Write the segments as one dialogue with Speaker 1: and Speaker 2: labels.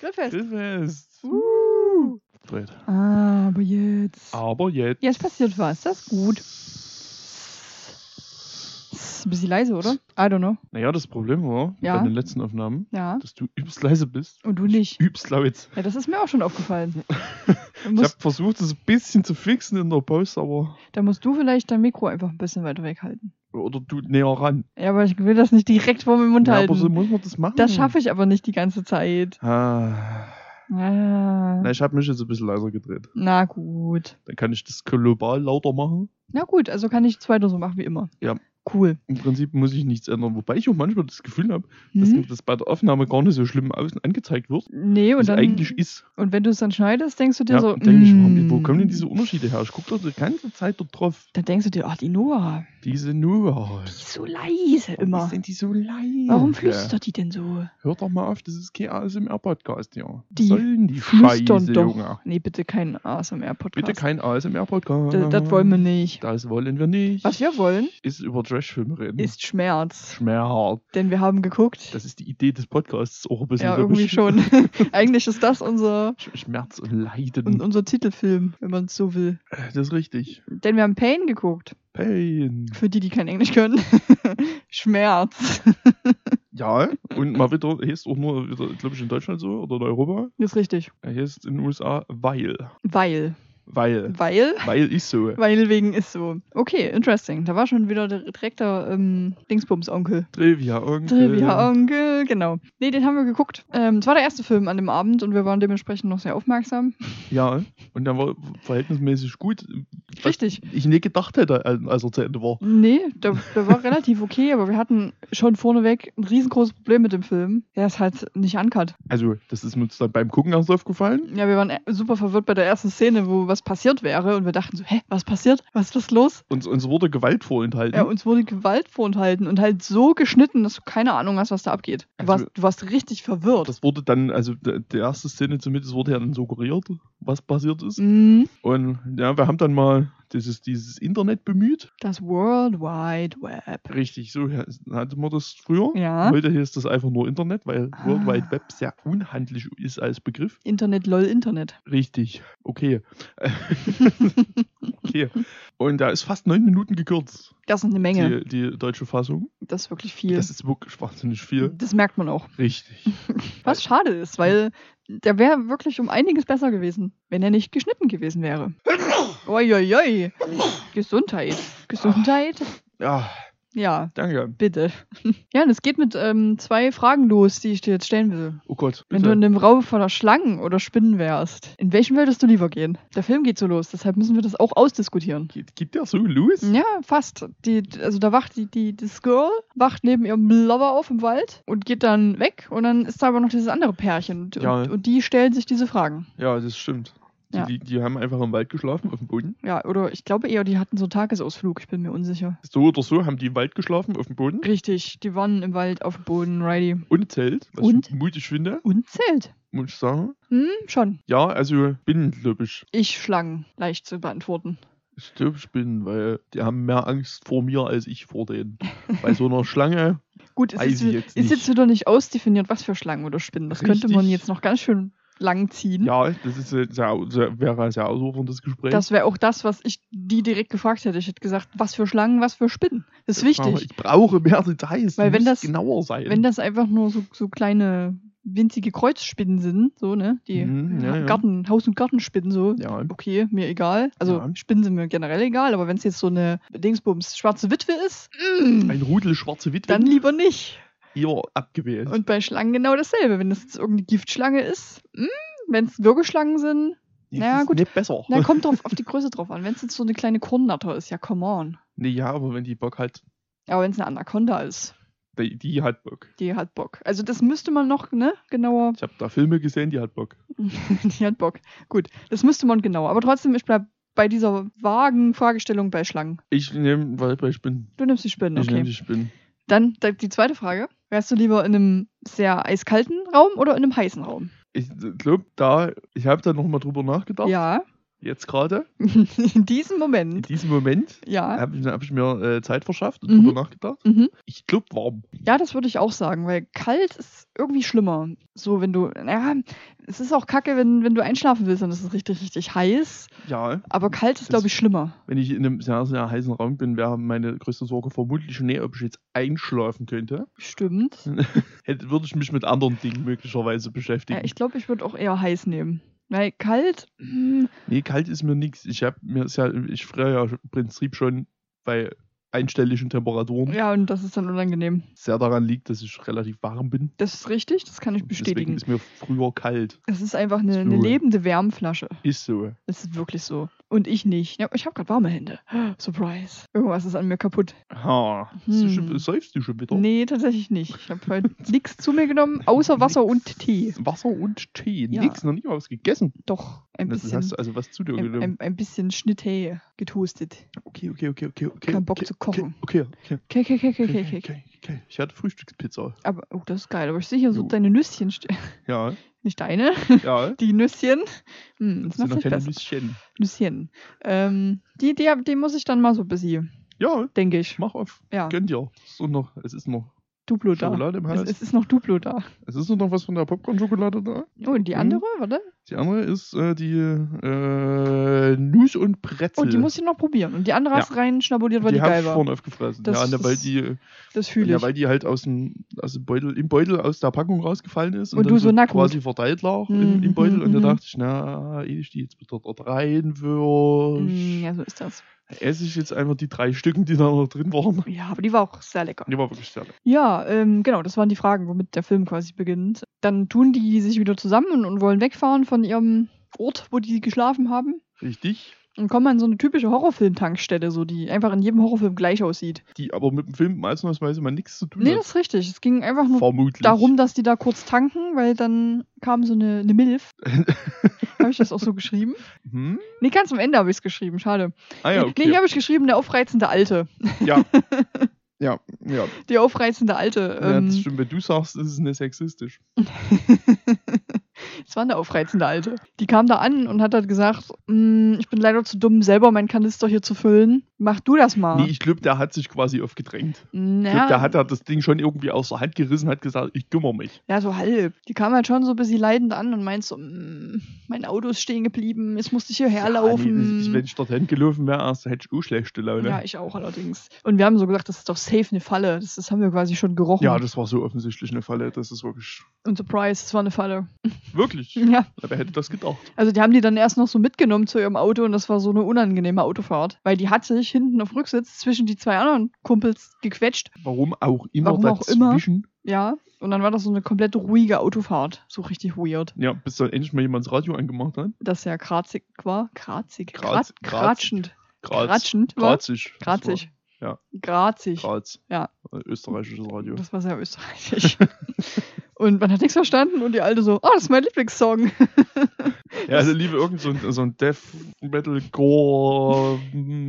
Speaker 1: Grillfest.
Speaker 2: Grillfest.
Speaker 1: Uh.
Speaker 2: Dreht.
Speaker 1: Aber jetzt.
Speaker 2: Aber jetzt.
Speaker 1: Jetzt passiert was. Das ist gut. Ist ein bisschen leise, oder? I don't know.
Speaker 2: Naja, das Problem war,
Speaker 1: Ja.
Speaker 2: bei den letzten Aufnahmen,
Speaker 1: Ja.
Speaker 2: dass du übelst leise bist.
Speaker 1: Und du nicht.
Speaker 2: Übelst laut.
Speaker 1: Ja, das ist mir auch schon aufgefallen. Da
Speaker 2: Ich
Speaker 1: musst,
Speaker 2: habe versucht, das ein bisschen zu fixen in der Post, aber.
Speaker 1: da musst du vielleicht dein Mikro einfach ein bisschen weiter weghalten.
Speaker 2: Oder du näher ran.
Speaker 1: Ja, aber ich will das nicht direkt vor meinem Mund
Speaker 2: Ja,
Speaker 1: halten.
Speaker 2: aber so muss man das machen.
Speaker 1: das schaffe ich aber nicht die ganze Zeit.
Speaker 2: Ah.
Speaker 1: Ah.
Speaker 2: Na, ich habe mich jetzt ein bisschen leiser gedreht.
Speaker 1: Na gut.
Speaker 2: Dann kann ich das global lauter machen.
Speaker 1: Na gut, also kann ich es weiter so machen wie immer.
Speaker 2: Ja.
Speaker 1: Cool.
Speaker 2: Im Prinzip muss ich nichts ändern. Wobei ich auch manchmal das Gefühl habe, dass mir
Speaker 1: Hm?
Speaker 2: das bei der Aufnahme gar nicht so schlimm außen angezeigt wird,
Speaker 1: Nee,
Speaker 2: wie
Speaker 1: und
Speaker 2: es
Speaker 1: dann.
Speaker 2: eigentlich ist.
Speaker 1: Und wenn du es dann schneidest, denkst du dir
Speaker 2: Ja,
Speaker 1: so.
Speaker 2: so, denke ich, warum,
Speaker 1: mm.
Speaker 2: wo kommen denn diese Unterschiede her? Ich gucke doch die ganze Zeit dort drauf.
Speaker 1: Dann denkst du dir, ach, die Noah,
Speaker 2: Diese Nuga.
Speaker 1: die ist so leise
Speaker 2: Warum
Speaker 1: immer.
Speaker 2: sind die so leise?
Speaker 1: Warum flüstert die denn so?
Speaker 2: Hört doch mal auf, das ist kein ASMR-Podcast, ja.
Speaker 1: Die
Speaker 2: Sollen die
Speaker 1: flüstern
Speaker 2: Scheiße,
Speaker 1: doch.
Speaker 2: Junge.
Speaker 1: Nee, bitte kein ASMR-Podcast.
Speaker 2: Bitte kein ASMR-Podcast.
Speaker 1: D- Das wollen wir nicht.
Speaker 2: Das wollen wir nicht.
Speaker 1: Was wir wollen,
Speaker 2: Ist über Trashfilme reden.
Speaker 1: ist Schmerz.
Speaker 2: Schmerz.
Speaker 1: Denn wir haben geguckt.
Speaker 2: Hm. Das ist die Idee des Podcasts auch ein bisschen
Speaker 1: ja, irgendwie
Speaker 2: durch.
Speaker 1: schon. Eigentlich ist das unser,
Speaker 2: Sch- Schmerz und Leiden.
Speaker 1: un- unser Titelfilm, wenn man es so will.
Speaker 2: das ist richtig.
Speaker 1: Denn wir haben Pain geguckt.
Speaker 2: Pain.
Speaker 1: Für die, die kein Englisch können. Schmerz.
Speaker 2: Ja, und mal wieder, heißt auch nur, wieder, glaube ich, in Deutschland so oder in Europa.
Speaker 1: Ist richtig.
Speaker 2: Heißt in den USA, weil.
Speaker 1: Weil.
Speaker 2: Weil.
Speaker 1: Weil.
Speaker 2: Weil ist so.
Speaker 1: Weil wegen ist so. Okay, interesting. Da war schon wieder der- direkt der ähm, Dingsbums-Onkel.
Speaker 2: Trivia, Onkel.
Speaker 1: Trivia Onkel, genau. Nee, den haben wir geguckt. Ähm, es war der erste Film an dem Abend und wir waren dementsprechend noch sehr aufmerksam.
Speaker 2: Ja, und dann war verhältnismäßig gut. Was
Speaker 1: Richtig.
Speaker 2: Ich nie gedacht hätte, als er zu Ende war.
Speaker 1: Nee, der, der war relativ okay, aber wir hatten schon vorneweg ein riesengroßes Problem mit dem Film. Der ist halt nicht uncut.
Speaker 2: Also, das ist uns dann beim Gucken erst aufgefallen.
Speaker 1: Ja, wir waren e- super verwirrt bei der ersten Szene, wo was passiert wäre und wir dachten so, hä, was passiert? Was ist das los?
Speaker 2: Uns, uns wurde Gewalt vorenthalten.
Speaker 1: Ja, uns wurde Gewalt vorenthalten und halt so geschnitten, dass du keine Ahnung hast, was da abgeht. Du
Speaker 2: Also-
Speaker 1: warst, du warst richtig verwirrt.
Speaker 2: das wurde dann, also d- die erste Szene zumindest wurde ja dann suggeriert, was passiert ist.
Speaker 1: Mhm.
Speaker 2: Und ja, wir haben dann mal dieses, dieses Internet bemüht.
Speaker 1: Das World Wide Web.
Speaker 2: Richtig, so ja, hatte man das früher.
Speaker 1: Ja.
Speaker 2: Heute hier ist das einfach nur Internet, weil
Speaker 1: Ah.
Speaker 2: World Wide Web sehr unhandlich ist als Begriff.
Speaker 1: Internet, lol, Internet.
Speaker 2: Richtig, okay. okay. Und da ist fast neun Minuten gekürzt,
Speaker 1: Das ist eine Menge.
Speaker 2: die, die deutsche Fassung.
Speaker 1: Das ist wirklich viel.
Speaker 2: Das
Speaker 1: Das,
Speaker 2: ist wirklich wahnsinnig viel.
Speaker 1: merkt man auch.
Speaker 2: Richtig.
Speaker 1: Was schade ist, weil der wäre wirklich um einiges besser gewesen, wenn er nicht geschnitten gewesen wäre. Uiuiui. Gesundheit. Gesundheit?
Speaker 2: Ja,
Speaker 1: Ja,
Speaker 2: danke.
Speaker 1: bitte. Ja, und es geht mit ähm, zwei Fragen los, die ich dir jetzt stellen will.
Speaker 2: Oh Gott.
Speaker 1: Wenn du in einem Raum voller Schlangen oder Spinnen wärst, in welchen würdest du lieber gehen? Der Film geht so los, deshalb müssen wir das auch ausdiskutieren.
Speaker 2: Geht, geht der so los?
Speaker 1: Ja, fast. Die, also da wacht die, die, das Girl, wacht neben ihrem Lover auf im Wald und geht dann weg. Und dann ist da aber noch dieses andere Pärchen. Und,
Speaker 2: Ja.
Speaker 1: und, und die stellen sich diese Fragen.
Speaker 2: Ja, das stimmt. Die,
Speaker 1: Ja.
Speaker 2: die, die haben einfach im Wald geschlafen, auf dem Boden.
Speaker 1: Ja, oder ich glaube eher, die hatten so einen Tagesausflug, ich bin mir unsicher.
Speaker 2: So oder so haben die im Wald geschlafen, auf dem Boden.
Speaker 1: Richtig, die waren im Wald auf dem Boden, Riley.
Speaker 2: Und Zelt, was
Speaker 1: Und?
Speaker 2: ich mutig finde,
Speaker 1: Und Zelt.
Speaker 2: muss ich sagen.
Speaker 1: Hm, schon.
Speaker 2: Ja, also Binnen, glaube ich.
Speaker 1: Ich Schlangen, leicht zu beantworten.
Speaker 2: Ich glaube, ich bin, weil die haben mehr Angst vor mir als ich vor denen. Bei so einer Schlange.
Speaker 1: Gut, es
Speaker 2: Weiß
Speaker 1: ist,
Speaker 2: ich
Speaker 1: wi-
Speaker 2: jetzt
Speaker 1: ist
Speaker 2: nicht.
Speaker 1: jetzt wieder nicht ausdefiniert, was für Schlangen oder Spinnen. Das könnte man
Speaker 2: Richtig.
Speaker 1: jetzt noch ganz schön lang ziehen.
Speaker 2: Ja, das ist äh, sehr, sehr, wäre ein sehr ausuferndes Gespräch.
Speaker 1: Das wäre auch das, was ich die direkt gefragt hätte. Ich hätte gesagt, was für Schlangen, was für Spinnen. Das ist
Speaker 2: Aber
Speaker 1: wichtig.
Speaker 2: ich brauche mehr Details.
Speaker 1: Weil
Speaker 2: die
Speaker 1: wenn
Speaker 2: müssen
Speaker 1: das-
Speaker 2: genauer sein.
Speaker 1: Wenn das einfach nur so, so kleine winzige Kreuzspinnen sind, so, ne? Die
Speaker 2: Mhm, ja, ja.
Speaker 1: Garten, Haus- und Gartenspinnen so.
Speaker 2: ja,
Speaker 1: Okay, mir egal. Also
Speaker 2: Ja.
Speaker 1: Spinnen sind mir generell egal, aber wenn es jetzt so eine Dingsbums schwarze Witwe ist, mm,
Speaker 2: ein Rudel schwarze
Speaker 1: dann
Speaker 2: Witwen
Speaker 1: lieber nicht.
Speaker 2: hier abgewählt.
Speaker 1: Und bei Schlangen genau dasselbe. Wenn es jetzt irgendeine Giftschlange ist, mm, wenn es Würgeschlangen sind,
Speaker 2: Das
Speaker 1: na ja,
Speaker 2: ist
Speaker 1: gut.
Speaker 2: nicht besser.
Speaker 1: na, kommt drauf auf die Größe drauf an. Wenn es jetzt so eine kleine Kornnatter ist, ja, come on.
Speaker 2: Nee, ja, aber wenn die Bock hat,
Speaker 1: Aber wenn es eine Anaconda ist,
Speaker 2: die, die hat Bock.
Speaker 1: Die hat Bock. Also das müsste man noch, ne? Genauer.
Speaker 2: Ich habe da Filme gesehen, die hat Bock.
Speaker 1: Die hat Bock. Gut, das müsste man genauer. Aber trotzdem, ich bleib bei dieser vagen Fragestellung bei Schlangen.
Speaker 2: Ich nehme, weil weil ich bin.
Speaker 1: Du nimmst die Spinnen,
Speaker 2: Ich nehme
Speaker 1: okay.
Speaker 2: die Spinnen.
Speaker 1: Dann da- die zweite Frage. Wärst du lieber in einem sehr eiskalten Raum oder in einem heißen Raum?
Speaker 2: Ich glaube, da, ich habe da nochmal drüber nachgedacht.
Speaker 1: Ja,
Speaker 2: Jetzt gerade,
Speaker 1: In diesem
Speaker 2: in
Speaker 1: Moment.
Speaker 2: diesem Moment,
Speaker 1: Ja.
Speaker 2: habe ich, hab ich mir äh, Zeit verschafft und
Speaker 1: Mhm.
Speaker 2: drüber nachgedacht.
Speaker 1: Mhm.
Speaker 2: Ich glaube, warm.
Speaker 1: Ja, das würde ich auch sagen, weil kalt ist irgendwie schlimmer. So, wenn du, naja, es ist auch kacke, wenn, wenn du einschlafen willst, dann ist es richtig, richtig heiß.
Speaker 2: Ja,
Speaker 1: Aber kalt ist,
Speaker 2: Das-
Speaker 1: glaube ich, schlimmer.
Speaker 2: wenn ich in einem sehr, sehr heißen Raum bin, wäre meine größte Sorge vermutlich nee, ob ich jetzt einschlafen könnte.
Speaker 1: Stimmt.
Speaker 2: Hätte, würde ich mich mit anderen Dingen möglicherweise beschäftigen.
Speaker 1: Ja, ich glaube, ich würde auch eher heiß nehmen. Weil kalt, hm,
Speaker 2: nee, kalt ist mir nichts. Ich habe mir ist ja, ich friere ja im Prinzip schon bei einstelligen Temperaturen.
Speaker 1: ja, und das ist dann unangenehm.
Speaker 2: Sehr daran liegt, dass ich relativ warm bin.
Speaker 1: Das ist richtig, das kann ich
Speaker 2: Deswegen
Speaker 1: bestätigen.
Speaker 2: ist mir früher kalt.
Speaker 1: Es ist einfach eine, eine
Speaker 2: Cool.
Speaker 1: lebende Wärmflasche.
Speaker 2: Ist so.
Speaker 1: Es ist wirklich so. Und ich nicht. Ja, ich habe gerade warme Hände. Surprise. Irgendwas ist an mir kaputt.
Speaker 2: Ha. Hast du schon-
Speaker 1: Hm.
Speaker 2: Säufst du schon wieder?
Speaker 1: Nee, tatsächlich nicht. Ich habe heute nichts zu mir genommen, außer Wasser und
Speaker 2: Nix.
Speaker 1: Tee.
Speaker 2: Wasser und Tee.
Speaker 1: Ja.
Speaker 2: Nix, noch nicht mal was gegessen.
Speaker 1: Doch, ein
Speaker 2: Das hast
Speaker 1: bisschen,
Speaker 2: du also was zu dir
Speaker 1: ein,
Speaker 2: genommen.
Speaker 1: ein, ein bisschen Schnitttee getoastet.
Speaker 2: okay, okay, okay, okay, okay.
Speaker 1: Kein Bock
Speaker 2: okay,
Speaker 1: zu kochen.
Speaker 2: Okay, okay, okay.
Speaker 1: Okay, okay, okay, okay,
Speaker 2: Okay,
Speaker 1: okay, okay.
Speaker 2: okay, okay. Ich hatte Frühstückspizza.
Speaker 1: Aber, oh, das ist geil. Aber ich sehe hier so
Speaker 2: Jo.
Speaker 1: deine Nüsschen. ste-
Speaker 2: Ja,
Speaker 1: Nicht deine,
Speaker 2: ja.
Speaker 1: die Nüsschen. Hm, das macht
Speaker 2: sind noch
Speaker 1: sich
Speaker 2: keine
Speaker 1: besser.
Speaker 2: Nüsschen.
Speaker 1: Nüsschen. Ähm, die, die, hab- die muss ich dann mal so ein bisschen,
Speaker 2: Ja,
Speaker 1: denke ich.
Speaker 2: mach auf.
Speaker 1: Ja,
Speaker 2: Gönn dir. Es ist noch, es ist noch
Speaker 1: Duplo da.
Speaker 2: Schokolade im
Speaker 1: Es,
Speaker 2: Hals.
Speaker 1: es ist noch Duplo da.
Speaker 2: Es ist nur noch was von der Popcorn-Schokolade da.
Speaker 1: Oh, und die
Speaker 2: Mhm.
Speaker 1: andere, warte.
Speaker 2: Die andere ist äh, die äh, Nuss und Brezel.
Speaker 1: Oh, die muss ich noch probieren. Und die andere
Speaker 2: Ja.
Speaker 1: hast du rein schnabuliert, weil
Speaker 2: die
Speaker 1: die,
Speaker 2: hab ich
Speaker 1: geil war.
Speaker 2: vorne aufgefressen.
Speaker 1: Das-
Speaker 2: ja, na, weil
Speaker 1: das
Speaker 2: die,
Speaker 1: Das fühle
Speaker 2: na,
Speaker 1: ich.
Speaker 2: weil die halt aus dem, aus dem Beutel, im Beutel aus der Packung rausgefallen ist
Speaker 1: Und
Speaker 2: dann
Speaker 1: du so, na gut.
Speaker 2: quasi verteilt lag im, im
Speaker 1: Mhm,
Speaker 2: Beutel. Und da
Speaker 1: mhm.
Speaker 2: dachte ich, na, ehe ich die jetzt wieder dort
Speaker 1: Mm,
Speaker 2: reinwirf,
Speaker 1: ja, so ist das.
Speaker 2: esse ich jetzt einfach die drei Stücken, die da noch drin waren.
Speaker 1: Ja, aber die war auch sehr lecker.
Speaker 2: Die war wirklich sehr lecker.
Speaker 1: Ja, ähm, genau, das waren die Fragen, womit der Film quasi beginnt. Dann tun die sich wieder zusammen und, und wollen wegfahren von ihrem Ort, wo die geschlafen haben.
Speaker 2: Richtig.
Speaker 1: Und kommen an so eine typische Horrorfilm-Tankstelle, so die einfach in jedem Horrorfilm gleich aussieht.
Speaker 2: Die aber mit dem Film ausnahmsweise mal nichts zu tun
Speaker 1: Nee,
Speaker 2: hat.
Speaker 1: das ist richtig. Es ging einfach nur
Speaker 2: Vermutlich.
Speaker 1: darum, dass die da kurz tanken, weil dann kam so eine, eine Milf. habe ich das auch so geschrieben?
Speaker 2: Hm?
Speaker 1: Nee, ganz am Ende habe ich es geschrieben, schade.
Speaker 2: Ah ja,
Speaker 1: Nee, Nee, hier
Speaker 2: okay.
Speaker 1: habe ich geschrieben, der aufreizende Alte.
Speaker 2: Ja. Ja, ja.
Speaker 1: Die aufreizende Alte.
Speaker 2: ja,
Speaker 1: Ähm,
Speaker 2: das stimmt. Wenn du sagst, ist es nicht sexistisch.
Speaker 1: Es war eine aufreizende Alte. Die kam da an und hat halt gesagt, "Mm, ich bin leider zu dumm, selber meinen Kanister hier zu füllen. Mach du das mal.
Speaker 2: Nee, ich glaube, der hat sich quasi aufgedrängt. Ich
Speaker 1: naja,
Speaker 2: glaube, der hat ja das Ding schon irgendwie aus der Hand gerissen, hat gesagt, ich kümmere mich.
Speaker 1: ja, so halb. Die kam halt schon so ein bisschen leidend an und meint so, "Mm, mein Auto ist stehen geblieben, jetzt musste ich hierher
Speaker 2: Ja, nee,
Speaker 1: laufen.
Speaker 2: ich, wenn ich dorthin gelaufen wäre, erst hätte ich auch schlechte Laune.
Speaker 1: ja,
Speaker 2: Ja,
Speaker 1: ich auch allerdings. Und wir haben so gesagt, das ist doch safe eine Falle. Das, das haben wir quasi schon gerochen.
Speaker 2: das war so offensichtlich eine Falle. Das ist wirklich.
Speaker 1: und surprise, das war eine Falle.
Speaker 2: Wirklich.
Speaker 1: Ja,
Speaker 2: Wer hätte das gedacht?
Speaker 1: also die haben die dann erst noch so mitgenommen zu ihrem Auto und das war so eine unangenehme Autofahrt, weil die hat sich hinten auf Rücksitz zwischen die zwei anderen Kumpels gequetscht
Speaker 2: Warum auch immer
Speaker 1: Warum auch immer.
Speaker 2: dazwischen.
Speaker 1: Ja, und dann war das so eine komplett ruhige Autofahrt. So richtig weird.
Speaker 2: Ja, bis dann endlich mal jemand das Radio angemacht hat.
Speaker 1: Das ja kratzig war. Kratzig.
Speaker 2: Kratz-
Speaker 1: Kratz, kratschend.
Speaker 2: Graz.
Speaker 1: Kratschend. war?
Speaker 2: Grazig. Das war
Speaker 1: Kratzig.
Speaker 2: ja.
Speaker 1: Grazig.
Speaker 2: Graz.
Speaker 1: Ja.
Speaker 2: Äh, Österreichisches Radio.
Speaker 1: Das war sehr österreichisch. und man hat nichts verstanden und die Alte so, oh, das ist mein Lieblingssong.
Speaker 2: Ja, also liebe irgend so ein, so ein Death Metal Core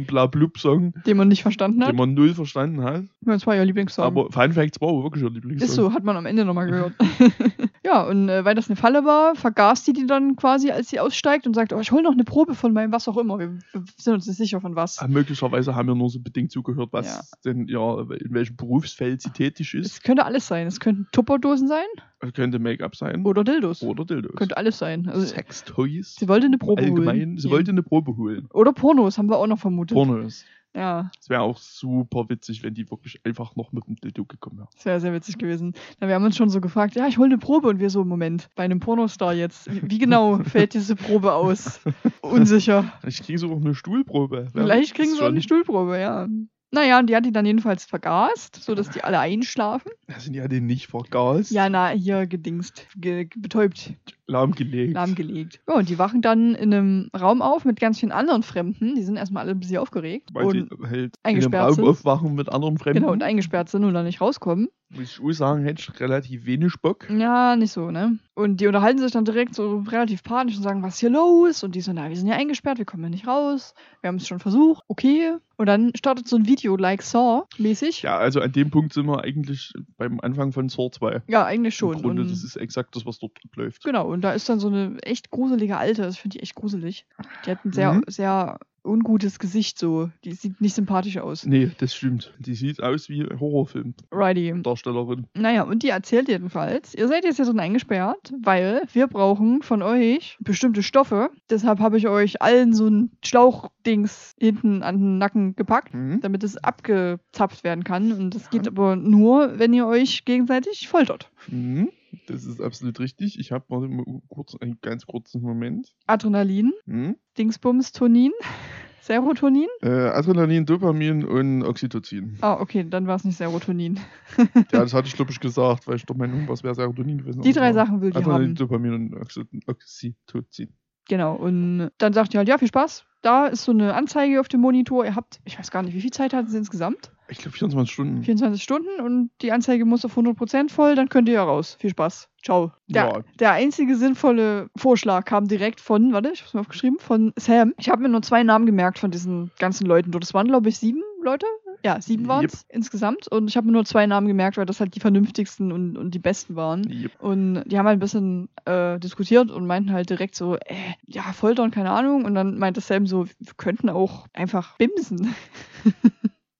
Speaker 2: Blablub Song,
Speaker 1: Den man nicht verstanden hat.
Speaker 2: den man null verstanden hat.
Speaker 1: Das war ihr Lieblingssong.
Speaker 2: Aber Fun Fact 2 war wirklich ihr Lieblingssong.
Speaker 1: ist so, hat man am Ende nochmal gehört. ja, und äh, weil das eine Falle war, vergaß die die dann quasi, als sie aussteigt und sagt, oh, ich hole noch eine Probe von meinem was auch immer. Wir wir sind uns nicht sicher von was.
Speaker 2: Ah, Möglicherweise haben wir nur so bedingt zugehört, was
Speaker 1: Ja.
Speaker 2: denn ja, in welchem Berufsfeld sie tätig ist. Äh,
Speaker 1: Es könnte alles sein. Es könnten Tupperdosen sein
Speaker 2: Könnte Make-up sein
Speaker 1: oder Dildos.
Speaker 2: oder Dildos.
Speaker 1: Könnte alles sein. Also,
Speaker 2: Sextoys.
Speaker 1: sie wollte eine Probe
Speaker 2: Allgemein,
Speaker 1: holen.
Speaker 2: sie
Speaker 1: Ja.
Speaker 2: wollte eine Probe holen.
Speaker 1: Oder Pornos, haben wir auch noch vermutet.
Speaker 2: Pornos.
Speaker 1: Ja,
Speaker 2: Es wäre auch super witzig, wenn die wirklich einfach noch mit dem Dildo gekommen wäre.
Speaker 1: das wäre sehr witzig gewesen. Na, wir haben uns schon so gefragt, ja, ich hole eine Probe und wir so, Moment, bei einem Pornostar jetzt, wie, wie genau fällt diese Probe aus? Unsicher.
Speaker 2: Ich kriege so auch eine Stuhlprobe. Wer
Speaker 1: Vielleicht
Speaker 2: weiß
Speaker 1: kriegen sie auch
Speaker 2: schon.
Speaker 1: eine Stuhlprobe, ja. Naja, und die hat die dann jedenfalls vergast, sodass die alle einschlafen.
Speaker 2: Da sind ja die nicht vergast.
Speaker 1: Ja, na, hier gedingst, ge ge- betäubt,
Speaker 2: Lahmgelegt.
Speaker 1: lahmgelegt. Ja, und die wachen dann in einem Raum auf mit ganz vielen anderen Fremden. Die sind erstmal alle ein bisschen aufgeregt.
Speaker 2: weil
Speaker 1: und
Speaker 2: sie halt in einem
Speaker 1: eingesperrt
Speaker 2: Raum
Speaker 1: sind.
Speaker 2: aufwachen mit anderen Fremden.
Speaker 1: Genau, und eingesperrt sind und dann nicht rauskommen.
Speaker 2: Muss ich auch sagen, hätte ich relativ wenig Bock.
Speaker 1: Ja, nicht so, ne? Und die unterhalten sich dann direkt so relativ panisch und sagen, was ist hier los? Und die so, na, wir sind ja eingesperrt, wir kommen ja nicht raus. Wir haben es schon versucht, okay. Und dann startet so ein Video, like Saw, mäßig.
Speaker 2: Ja, also an dem Punkt sind wir eigentlich beim Anfang von Saw 2.
Speaker 1: Ja, eigentlich schon.
Speaker 2: Im Grunde,
Speaker 1: und,
Speaker 2: das ist exakt das, was dort abläuft.
Speaker 1: genau, Und da ist dann so eine echt gruselige Alte, das finde ich echt gruselig. Die hat ein sehr,
Speaker 2: Mhm.
Speaker 1: sehr ungutes Gesicht so. Die sieht nicht sympathisch aus.
Speaker 2: Nee, das stimmt. Die sieht aus wie Horrorfilmdarstellerin.
Speaker 1: Righty. Naja, und die erzählt jedenfalls, ihr seid jetzt hier drin eingesperrt, weil wir brauchen von euch bestimmte Stoffe. Deshalb habe ich euch allen so ein Schlauchdings hinten an den Nacken gepackt,
Speaker 2: Mhm.
Speaker 1: damit es abgezapft werden kann. Und das geht aber nur, wenn ihr euch gegenseitig foltert.
Speaker 2: Mhm. Das ist absolut richtig. Ich habe, warte mal, kurz, einen ganz kurzen Moment.
Speaker 1: Adrenalin,
Speaker 2: Mhm.
Speaker 1: Dingsbums, Tonin, Serotonin.
Speaker 2: Äh, Adrenalin, Dopamin und Oxytocin.
Speaker 1: Ah, okay, dann war es nicht Serotonin.
Speaker 2: Ja, das hatte ich, glaube ich, gesagt, weil ich der Meinung war, es wäre Serotonin gewesen.
Speaker 1: Die drei
Speaker 2: Aber-
Speaker 1: Sachen will die
Speaker 2: Adrenalin,
Speaker 1: haben.
Speaker 2: Dopamin und Oxy- Oxytocin.
Speaker 1: Genau, und dann sagt die halt, ja, viel Spaß. Da ist so eine Anzeige auf dem Monitor. Ihr habt, ich weiß gar nicht, wie viel Zeit hatten sie insgesamt?
Speaker 2: Ich glaube, 24 Stunden.
Speaker 1: 24 Stunden und die Anzeige muss auf 100% voll, dann könnt ihr ja raus. Viel Spaß. Ciao. Der,
Speaker 2: Ja.
Speaker 1: der einzige sinnvolle Vorschlag kam direkt von, warte, ich hab's mir aufgeschrieben, von Sam. Ich habe mir nur zwei Namen gemerkt von diesen ganzen Leuten dort. Es waren, glaube ich, sieben Leute. Ja, sieben waren es insgesamt. Und ich habe mir nur zwei Namen gemerkt, weil das halt die vernünftigsten und, und die besten waren.
Speaker 2: Yep.
Speaker 1: Und die haben halt ein bisschen äh, diskutiert und meinten halt direkt so, äh, ja, Foltern, keine Ahnung. Und dann meinte Sam so, wir könnten auch einfach bimsen.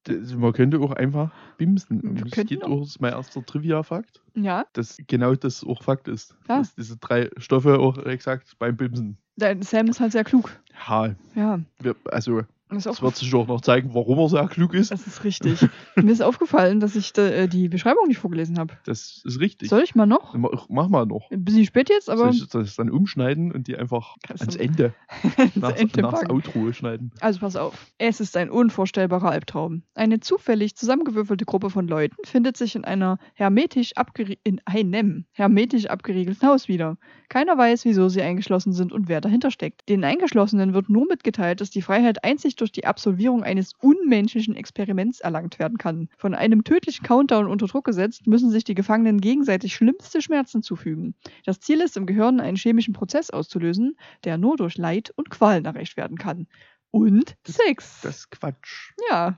Speaker 2: Das, man könnte auch einfach bimsen.
Speaker 1: Wir
Speaker 2: Und es
Speaker 1: könnten
Speaker 2: geht
Speaker 1: auch-
Speaker 2: auch, das ist mein erster Trivia-Fakt,
Speaker 1: ja,
Speaker 2: dass genau das auch Fakt ist.
Speaker 1: Ja.
Speaker 2: Dass diese drei Stoffe auch exakt beim Bimsen.
Speaker 1: der Sam ist halt sehr klug.
Speaker 2: Ha.
Speaker 1: Ja,
Speaker 2: Wir, also,
Speaker 1: mir ist
Speaker 2: es
Speaker 1: auch
Speaker 2: wird sich auch noch zeigen, warum er sehr klug ist.
Speaker 1: das ist richtig. mir ist aufgefallen, dass ich da, äh, die Beschreibung nicht vorgelesen habe.
Speaker 2: Das ist richtig.
Speaker 1: Soll ich mal noch?
Speaker 2: Ma- Mach mal noch.
Speaker 1: Ein bisschen spät jetzt, aber
Speaker 2: Soll ich das dann umschneiden und die einfach
Speaker 1: Kannst du-
Speaker 2: ans Ende, nach,
Speaker 1: das Ende
Speaker 2: nachs
Speaker 1: packen.
Speaker 2: Outro schneiden?
Speaker 1: Also pass auf. Es ist ein unvorstellbarer Albtraum. Eine zufällig zusammengewürfelte Gruppe von Leuten findet sich in einer hermetisch abgerie- in einem hermetisch abgeriegelten Haus wieder. Keiner weiß, wieso sie eingeschlossen sind und wer dahinter steckt. Den Eingeschlossenen wird nur mitgeteilt, dass die Freiheit einzig durch die Absolvierung eines unmenschlichen Experiments erlangt werden kann. Von einem tödlichen Countdown unter Druck gesetzt, müssen sich die Gefangenen gegenseitig schlimmste Schmerzen zufügen. Das Ziel ist, im Gehirn einen chemischen Prozess auszulösen, der nur durch Leid und Qualen erreicht werden kann. Und Sex.
Speaker 2: Das ist Quatsch.
Speaker 1: ja.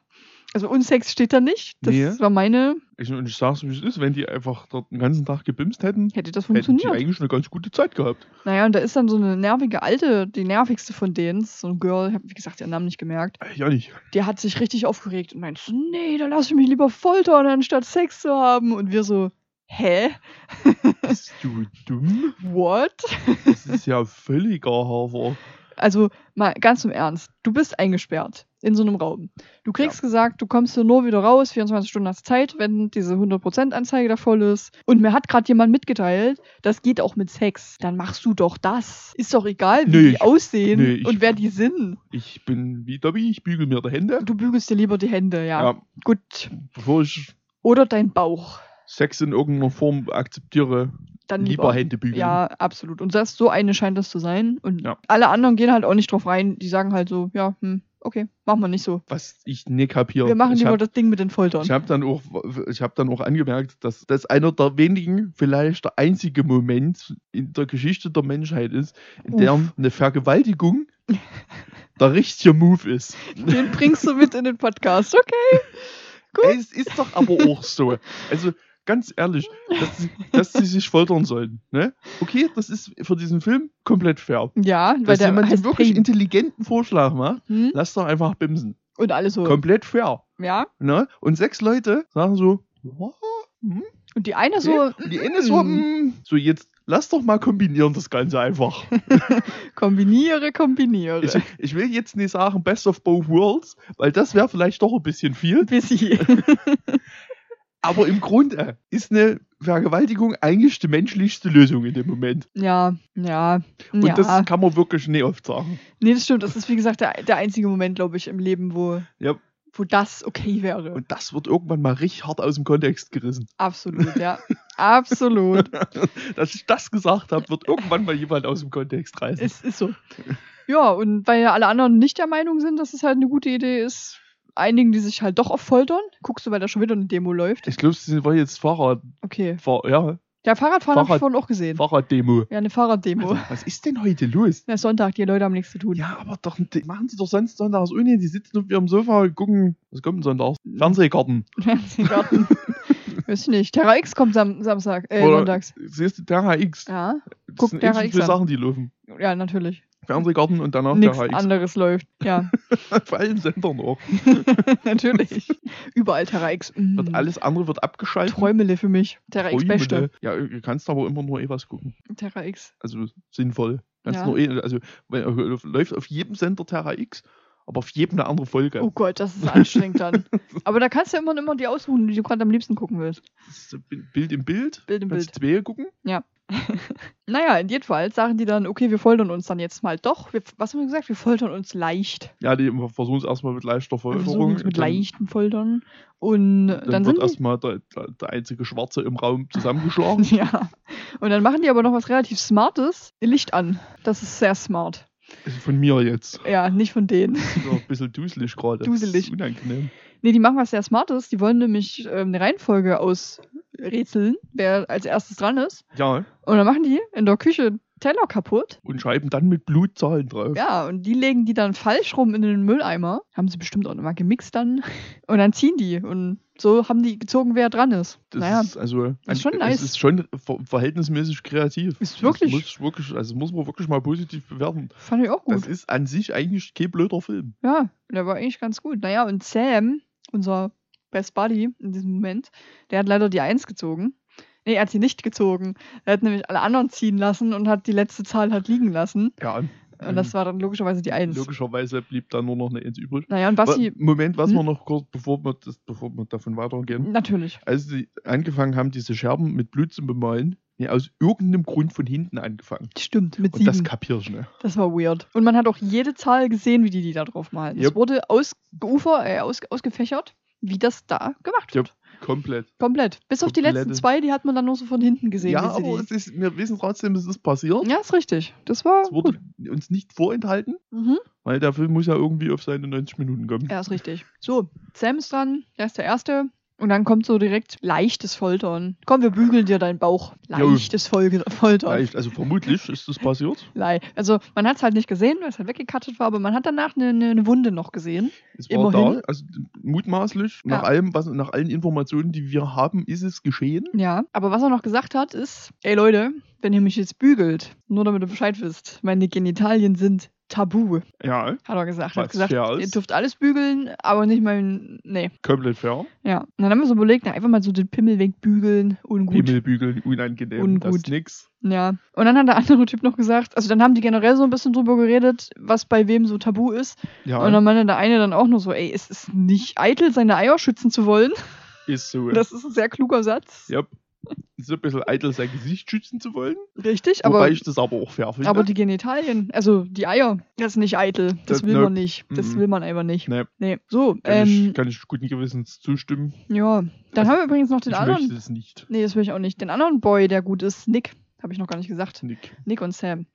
Speaker 1: Also und Sex steht da nicht. Das
Speaker 2: Nee.
Speaker 1: war meine,
Speaker 2: Ich, und ich sag's, wie es ist, wenn die einfach dort den ganzen Tag gebimst hätten,
Speaker 1: hätte das
Speaker 2: hätten die
Speaker 1: funktioniert.
Speaker 2: eigentlich eine ganz gute Zeit gehabt.
Speaker 1: Naja, und da ist dann so eine nervige Alte, die nervigste von denen, so ein Girl, ich hab wie gesagt ihren Namen nicht gemerkt,
Speaker 2: Äh, Ja, nicht.
Speaker 1: die hat sich richtig aufgeregt und meint so, nee, da lass ich mich lieber foltern, anstatt Sex zu haben. Und wir so, hä?
Speaker 2: Bist du dumm?
Speaker 1: What?
Speaker 2: Das ist ja völliger Hafer.
Speaker 1: Also mal ganz im Ernst, du bist eingesperrt in so einem Raum. Du kriegst gesagt, du kommst hier nur wieder raus, 24 Stunden hast Zeit, wenn diese 100% Anzeige da voll ist. Und mir hat gerade jemand mitgeteilt, das geht auch mit Sex. Dann machst du doch das. Ist doch egal, wie
Speaker 2: Nee,
Speaker 1: die
Speaker 2: ich-
Speaker 1: aussehen
Speaker 2: nee, ich-
Speaker 1: und wer die sind.
Speaker 2: Ich bin wie Dobby, ich bügel mir die Hände.
Speaker 1: Du bügelst dir lieber die Hände, ja.
Speaker 2: Ja,
Speaker 1: Gut.
Speaker 2: bevor ich
Speaker 1: Oder dein Bauch.
Speaker 2: Sex in irgendeiner Form akzeptiere,
Speaker 1: Dann
Speaker 2: lieber,
Speaker 1: lieber
Speaker 2: Hände bügeln.
Speaker 1: Ja, absolut. Und das, so eine scheint das zu sein. Und
Speaker 2: Ja.
Speaker 1: alle anderen gehen halt auch nicht drauf rein. Die sagen halt so, ja, hm, okay, machen wir nicht so.
Speaker 2: Was ich nicht kapiere.
Speaker 1: Wir machen
Speaker 2: ich
Speaker 1: lieber
Speaker 2: hab,
Speaker 1: das Ding mit den Foltern.
Speaker 2: ich habe dann auch, ich habe dann auch angemerkt, dass das einer der wenigen, vielleicht der einzige Moment in der Geschichte der Menschheit ist, in
Speaker 1: Uff.
Speaker 2: der eine Vergewaltigung der richtige Move ist.
Speaker 1: Den bringst du mit in den Podcast, okay? Gut.
Speaker 2: Es ist doch aber auch so. Also ganz ehrlich, dass sie, dass sie sich foltern sollen. Ne? Okay, das ist für diesen Film komplett fair. Also
Speaker 1: Ja, weil
Speaker 2: Dass
Speaker 1: der
Speaker 2: jemand
Speaker 1: heißt
Speaker 2: einen wirklich
Speaker 1: Pain.
Speaker 2: intelligenten Vorschlag macht,
Speaker 1: Hm?
Speaker 2: lass doch einfach bimsen.
Speaker 1: Und alles so.
Speaker 2: Komplett fair.
Speaker 1: Ja.
Speaker 2: Ne? Und sechs Leute sagen so, "Ja, hm,
Speaker 1: Und die eine so
Speaker 2: okay." Und die eine so,
Speaker 1: Mm.
Speaker 2: "Hm." so jetzt lass doch mal kombinieren das Ganze einfach.
Speaker 1: kombiniere, kombiniere.
Speaker 2: Ich, ich will jetzt nicht sagen Best of Both Worlds, weil das wäre vielleicht doch ein bisschen viel.
Speaker 1: Busy.
Speaker 2: Aber im Grunde ist eine Vergewaltigung eigentlich die menschlichste Lösung in dem Moment.
Speaker 1: ja, ja.
Speaker 2: Und
Speaker 1: ja.
Speaker 2: das kann man wirklich nicht oft sagen.
Speaker 1: nee, das stimmt. Das ist, wie gesagt, der, der einzige Moment, glaube ich, im Leben, wo,
Speaker 2: Ja.
Speaker 1: wo das okay wäre.
Speaker 2: Und das wird irgendwann mal richtig hart aus dem Kontext gerissen.
Speaker 1: Absolut, ja. Absolut.
Speaker 2: Dass ich das gesagt habe, wird irgendwann mal jemand aus dem Kontext reißen.
Speaker 1: Es ist so. Ja, und weil ja alle anderen nicht der Meinung sind, dass es halt eine gute Idee ist, einigen die sich halt doch auf Foltern. Guckst du, weil da schon wieder eine Demo läuft.
Speaker 2: ich glaube, das war jetzt Fahrrad,
Speaker 1: Okay.
Speaker 2: Fahr, ja,
Speaker 1: Ja, Fahrradfahren habe ich
Speaker 2: Fahrrad-
Speaker 1: vorhin auch gesehen.
Speaker 2: Fahrraddemo.
Speaker 1: Ja, eine Fahrraddemo.
Speaker 2: Also, was ist denn heute los?
Speaker 1: Na, Sonntag, die Leute haben nichts zu tun.
Speaker 2: Ja, aber doch, die machen sie doch sonst sonntags ohne. Die sitzen auf ihrem Sofa und gucken, was kommt denn sonntags?
Speaker 1: Mhm.
Speaker 2: Fernsehgarten.
Speaker 1: Fernsehgarten. Weiß ich nicht. Terra X kommt sam Samstag, äh,
Speaker 2: Oder-
Speaker 1: sonntags.
Speaker 2: Siehst du Terra X?
Speaker 1: Ja.
Speaker 2: Das
Speaker 1: guckt
Speaker 2: sind
Speaker 1: der
Speaker 2: ähnlich
Speaker 1: HX
Speaker 2: viele
Speaker 1: an.
Speaker 2: Sachen, die laufen.
Speaker 1: Ja, natürlich.
Speaker 2: Fernsehgarten und danach
Speaker 1: Nichts
Speaker 2: der HX.
Speaker 1: anderes läuft. Ja,
Speaker 2: Vor allen Sendern auch.
Speaker 1: natürlich. Überall Terra X. Mm.
Speaker 2: Wird alles andere wird abgeschaltet.
Speaker 1: Träumele für mich. Terra X
Speaker 2: Träume.
Speaker 1: Beste.
Speaker 2: Ja, du kannst aber immer nur eh was gucken.
Speaker 1: Terra X.
Speaker 2: Also sinnvoll. Kannst
Speaker 1: Ja.
Speaker 2: nur eh, also weil, äh, läuft auf jedem Sender Terra X, aber auf jedem eine andere Folge.
Speaker 1: Oh Gott, das ist anstrengend dann. Aber da kannst du ja immer und immer die aussuchen, die du gerade am liebsten gucken willst.
Speaker 2: Das ist so Bi- Bild im Bild.
Speaker 1: Bild im
Speaker 2: kannst zwei gucken.
Speaker 1: Naja, in jedem Fall sagen die dann, okay, wir foltern uns dann jetzt mal doch. Wir, was haben wir gesagt? Wir foltern uns leicht. Also
Speaker 2: Ja, die versuchen es erstmal mit leichter
Speaker 1: Wir versuchen
Speaker 2: Folterung.
Speaker 1: es mit
Speaker 2: dann,
Speaker 1: leichten Foltern. Und
Speaker 2: Dann,
Speaker 1: Ne, dann,
Speaker 2: wird
Speaker 1: sind die,
Speaker 2: erstmal der, der, der einzige Schwarze im Raum zusammengeschlagen.
Speaker 1: ja. Und dann machen die aber noch was relativ Smartes. Ihr Licht an. Das ist sehr smart.
Speaker 2: Also Von mir jetzt.
Speaker 1: Ja, nicht von denen.
Speaker 2: Das ist ja ein bisschen duselig gerade. Das
Speaker 1: Duselig.
Speaker 2: ist unangenehm.
Speaker 1: Nee, die machen was sehr Smartes. Die wollen nämlich ähm, eine Reihenfolge ausrätseln, wer als erstes dran ist.
Speaker 2: Ja,
Speaker 1: Und dann machen die in der Küche Teller kaputt.
Speaker 2: und schreiben dann mit Blutzahlen drauf.
Speaker 1: Ja, und die legen die dann falsch rum in den Mülleimer. Haben sie bestimmt auch nochmal gemixt dann. Und dann ziehen die. Und so haben die gezogen, wer dran ist.
Speaker 2: Das
Speaker 1: naja,
Speaker 2: ist also
Speaker 1: ist schon
Speaker 2: es
Speaker 1: nice.
Speaker 2: ist schon ver verhältnismäßig kreativ.
Speaker 1: Ist wirklich-
Speaker 2: Das muss, wirklich, also muss man wirklich mal positiv bewerten.
Speaker 1: fand ich auch
Speaker 2: Das
Speaker 1: gut.
Speaker 2: ist an sich eigentlich kein blöder Film.
Speaker 1: Ja, der war eigentlich ganz gut. Naja, und Sam, unser Best Buddy in diesem Moment, der hat leider die Eins gezogen. Nee, er hat sie nicht gezogen. Er hat nämlich alle anderen ziehen lassen und hat die letzte Zahl halt liegen lassen.
Speaker 2: Ja,
Speaker 1: Und Äh, das war dann logischerweise die Eins.
Speaker 2: logischerweise blieb da nur noch eine Eins übrig.
Speaker 1: Naja, und Basti,
Speaker 2: Wa- Moment, was
Speaker 1: Hm?
Speaker 2: wir noch kurz, bevor wir, das, bevor wir davon weitergehen.
Speaker 1: natürlich.
Speaker 2: Als sie angefangen haben, diese Scherben mit Blut zu bemalen, nee, aus irgendeinem Grund von hinten angefangen.
Speaker 1: Stimmt, mit
Speaker 2: Und das
Speaker 1: sieben. Das,
Speaker 2: kapier ich ne? nicht.
Speaker 1: war weird. Und man hat auch jede Zahl gesehen, wie die die da drauf malen. Es
Speaker 2: Yep.
Speaker 1: wurde ausgeufer, äh, aus, ausgefächert, wie das da gemacht wird.
Speaker 2: Komplett.
Speaker 1: Komplett. Bis auf die letzten
Speaker 2: Komplette-
Speaker 1: zwei, die hat man dann nur so von hinten gesehen.
Speaker 2: ja,
Speaker 1: wie sie
Speaker 2: aber
Speaker 1: die...
Speaker 2: es ist, wir wissen trotzdem, es ist passiert.
Speaker 1: ja ist richtig. Das war
Speaker 2: Es wurde
Speaker 1: gut.
Speaker 2: uns nicht vorenthalten,
Speaker 1: Mhm.
Speaker 2: weil der Film muss ja irgendwie auf seine 90 Minuten kommen.
Speaker 1: Ja, ist richtig. So, Sam ist dran, er ist der Erste. Und dann kommt so direkt leichtes Foltern. Komm, wir bügeln dir deinen Bauch.
Speaker 2: Jo.
Speaker 1: Leichtes Folge Foltern.
Speaker 2: Vielleicht, also vermutlich ist das passiert.
Speaker 1: Lei. Also man hat es halt nicht gesehen, weil es halt weggekattet war, aber man hat danach eine ne, ne Wunde noch gesehen.
Speaker 2: Es war
Speaker 1: Immerhin.
Speaker 2: da, also mutmaßlich, nach
Speaker 1: Ja.
Speaker 2: allem, was, nach allen Informationen, die wir haben, ist es geschehen.
Speaker 1: Ja. Aber was er noch gesagt hat, ist, ey Leute, wenn ihr mich jetzt bügelt, nur damit ihr Bescheid wisst, meine Genitalien sind tabu,
Speaker 2: Ja,
Speaker 1: hat er gesagt. Er
Speaker 2: Was
Speaker 1: hat gesagt,
Speaker 2: fair
Speaker 1: ihr
Speaker 2: ist.
Speaker 1: dürft alles bügeln, aber nicht mein. Nee.
Speaker 2: komplett fair.
Speaker 1: Ja. Und dann haben wir so überlegt, na, einfach mal so den Pimmel wegbügeln, ungut.
Speaker 2: Himmelbügeln, unangenehm, das ist
Speaker 1: Ungut.
Speaker 2: nix.
Speaker 1: Ja. Und dann hat der andere Typ noch gesagt, also dann haben die generell so ein bisschen drüber geredet, was bei wem so tabu ist. Und
Speaker 2: Ja,
Speaker 1: dann meinte der eine dann auch nur so, ey, es ist nicht eitel, seine Eier schützen zu wollen.
Speaker 2: ist so.
Speaker 1: Das ist ein sehr kluger Satz.
Speaker 2: ja. Ist ein bisschen eitel, sein Gesicht schützen zu wollen.
Speaker 1: Richtig,
Speaker 2: wobei
Speaker 1: aber,
Speaker 2: ich das aber auch fair finde.
Speaker 1: aber die Genitalien, also die Eier, das ist nicht eitel. Das
Speaker 2: Das-
Speaker 1: will
Speaker 2: ne.
Speaker 1: man nicht. Das
Speaker 2: Mhm.
Speaker 1: will man einfach nicht.
Speaker 2: Nee.
Speaker 1: Nee. So, ähm,
Speaker 2: kann, ich, kann ich guten Gewissens zustimmen.
Speaker 1: ja. Dann
Speaker 2: Also,
Speaker 1: haben wir übrigens noch den
Speaker 2: ich
Speaker 1: anderen.
Speaker 2: möchte es nicht.
Speaker 1: Nee, das will ich auch nicht. Den anderen Boy, der gut ist, Nick. Habe ich noch gar nicht gesagt.
Speaker 2: Nick.
Speaker 1: Nick und Sam.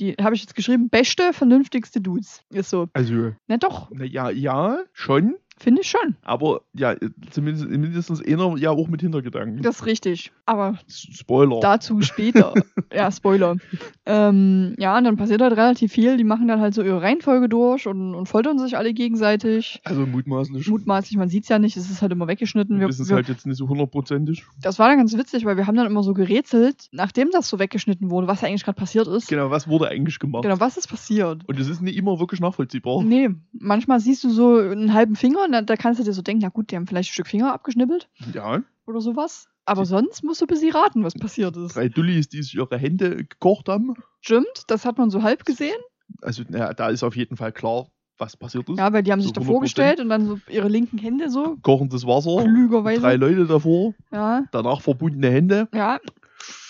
Speaker 1: Die habe ich jetzt geschrieben, beste, vernünftigste Dudes. Ist so.
Speaker 2: Also,
Speaker 1: Na doch,
Speaker 2: naja, ja, schon.
Speaker 1: finde ich schon.
Speaker 2: Aber ja, zumindest mindestens einer ja auch mit Hintergedanken.
Speaker 1: Das ist richtig. Aber
Speaker 2: Spoiler.
Speaker 1: Dazu später. ja, Spoiler. Ähm, ja, und dann passiert halt relativ viel. Die machen dann halt so ihre Reihenfolge durch und, und foltern sich alle gegenseitig.
Speaker 2: also mutmaßlich.
Speaker 1: Mutmaßlich, man sieht's ja nicht, es ist halt immer weggeschnitten.
Speaker 2: Wir
Speaker 1: Wir,
Speaker 2: wissen es
Speaker 1: wir,
Speaker 2: halt jetzt nicht so hundertprozentig.
Speaker 1: Das war dann ganz witzig, weil wir haben dann immer so gerätselt, nachdem das so weggeschnitten wurde, was da eigentlich gerade passiert ist.
Speaker 2: Genau, was wurde eigentlich gemacht?
Speaker 1: Genau, was ist passiert?
Speaker 2: Und es ist nicht immer wirklich nachvollziehbar.
Speaker 1: Nee, manchmal siehst du so einen halben Finger und da, da kannst du dir so denken, na gut, die haben vielleicht ein Stück Finger abgeschnippelt
Speaker 2: Ja,
Speaker 1: oder sowas. Aber
Speaker 2: Die-
Speaker 1: sonst musst du bis sie raten, was passiert ist.
Speaker 2: drei Dullis, die sich ihre Hände gekocht haben.
Speaker 1: Stimmt, das hat man so halb gesehen.
Speaker 2: Also, naja, da ist auf jeden Fall klar, was passiert ist.
Speaker 1: Ja, weil die haben
Speaker 2: So ne?
Speaker 1: sich da
Speaker 2: 100%.
Speaker 1: vorgestellt und dann so ihre linken Hände so
Speaker 2: Kochendes Wasser, Oh, drei
Speaker 1: klügerweise.
Speaker 2: Leute davor,
Speaker 1: Ja,
Speaker 2: danach verbundene Hände.
Speaker 1: ja.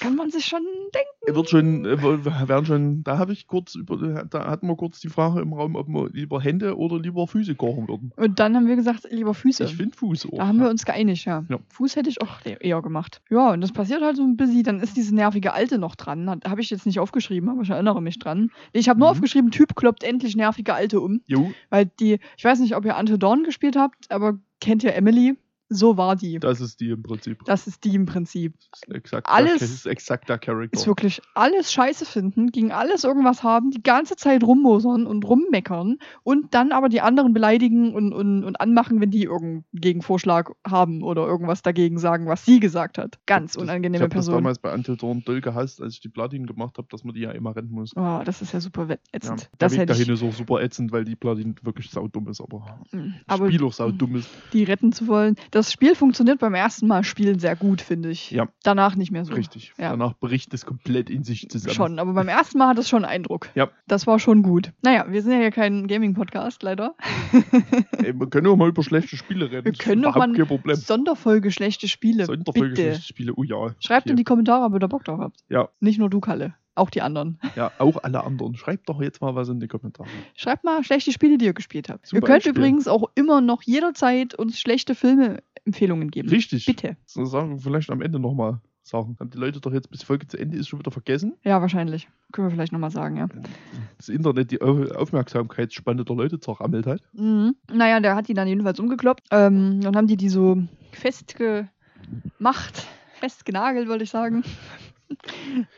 Speaker 1: Kann man sich schon denken.
Speaker 2: Wird schon, äh, werden schon, da habe ich kurz über, da hatten wir kurz die Frage im Raum, ob wir lieber Hände oder lieber Füße kochen würden.
Speaker 1: Und dann haben wir gesagt, lieber Füße.
Speaker 2: Ich finde Fuß auch.
Speaker 1: Da haben wir uns geeinigt, ja.
Speaker 2: Ja.
Speaker 1: Fuß hätte ich auch e- eher gemacht. Ja, und das passiert halt so ein bisschen. Dann ist diese nervige Alte noch dran. Habe ich jetzt nicht aufgeschrieben, aber ich erinnere mich dran. Nee, Ich habe nur
Speaker 2: Mhm.
Speaker 1: aufgeschrieben, Typ kloppt endlich nervige Alte um.
Speaker 2: Jo,
Speaker 1: Weil die, ich weiß nicht, ob ihr Ante Dorn gespielt habt, aber kennt ihr Emily? so war die.
Speaker 2: Das ist die im Prinzip.
Speaker 1: Das ist die im Prinzip.
Speaker 2: Das ist exakt
Speaker 1: Alles-
Speaker 2: das ist exakter Charakter.
Speaker 1: Ist wirklich alles scheiße finden, gegen alles irgendwas haben, die ganze Zeit rummosern und rummeckern und dann aber die anderen beleidigen und, und, und anmachen, wenn die irgendeinen Gegenvorschlag haben oder irgendwas dagegen sagen, was sie gesagt hat. Ganz unangenehme
Speaker 2: ich hab
Speaker 1: Person.
Speaker 2: Das damals bei Until Dawn doll gehasst, als ich die Platin gemacht habe, dass man die ja immer rennen muss.
Speaker 1: Oh, das ist ja super
Speaker 2: Ja,
Speaker 1: ätzend.
Speaker 2: der
Speaker 1: das
Speaker 2: Weg
Speaker 1: hätte
Speaker 2: dahin
Speaker 1: ich,
Speaker 2: ist auch super ätzend, weil die Platin wirklich saudumm ist, aber,
Speaker 1: Mm,
Speaker 2: das
Speaker 1: aber
Speaker 2: Spiel auch saudumm ist.
Speaker 1: die retten zu wollen. Das Spiel funktioniert beim ersten Mal spielen sehr gut, finde ich.
Speaker 2: Ja.
Speaker 1: Danach nicht mehr so.
Speaker 2: Richtig.
Speaker 1: Ja.
Speaker 2: Danach bricht es komplett in sich zusammen.
Speaker 1: Schon, aber beim ersten Mal hat es schon Eindruck.
Speaker 2: Ja.
Speaker 1: Das war schon gut. Naja, wir sind ja hier kein Gaming-Podcast, leider.
Speaker 2: Ey, wir können auch mal über schlechte Spiele reden.
Speaker 1: Wir
Speaker 2: Das ist
Speaker 1: können doch
Speaker 2: überhaupt
Speaker 1: mal-
Speaker 2: kein Problem.
Speaker 1: Sonderfolge schlechte Spiele.
Speaker 2: Sonderfolge
Speaker 1: Bitte.
Speaker 2: schlechte Spiele, oh ja.
Speaker 1: Schreibt in die Kommentare, ob ihr da Bock drauf habt.
Speaker 2: Ja.
Speaker 1: Nicht nur du, Kalle. Auch die anderen.
Speaker 2: Ja, auch alle anderen. Schreibt doch jetzt mal was in die Kommentare.
Speaker 1: Schreibt mal schlechte Spiele, die ihr gespielt habt.
Speaker 2: Zum
Speaker 1: ihr könnt
Speaker 2: Beispiel.
Speaker 1: übrigens auch immer noch jederzeit uns schlechte Filme-Empfehlungen geben.
Speaker 2: Richtig.
Speaker 1: Bitte.
Speaker 2: So sagen wir vielleicht am Ende nochmal Sachen. Haben die Leute doch jetzt bis die Folge zu Ende ist schon wieder vergessen?
Speaker 1: Ja, wahrscheinlich. Können wir vielleicht nochmal sagen, ja.
Speaker 2: Das Internet die Au- Aufmerksamkeitsspanne der Leute zerrammelt hat.
Speaker 1: Mhm. Naja, der hat die dann jedenfalls umgekloppt. Ähm, dann haben die die so festgemacht, festgenagelt, wollte ich sagen.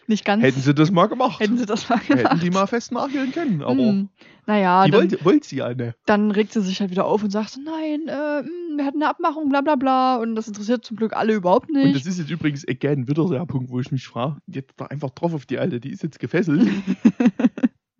Speaker 1: Nicht ganz.
Speaker 2: Hätten sie das mal gemacht.
Speaker 1: Hm. hätten sie das mal gemacht.
Speaker 2: Hätten die mal festnageln können, aber
Speaker 1: Mhm. Naja,
Speaker 2: die
Speaker 1: dann,
Speaker 2: wollte, wollte sie ja ne.
Speaker 1: dann regt sie sich halt wieder auf und sagt so, nein, äh, mh, wir hatten eine Abmachung, bla bla bla. Und das interessiert zum Glück alle überhaupt
Speaker 2: Und
Speaker 1: nicht.
Speaker 2: das ist jetzt übrigens again wieder der Punkt, wo ich mich frage, jetzt da einfach drauf auf die Alte, die ist jetzt gefesselt.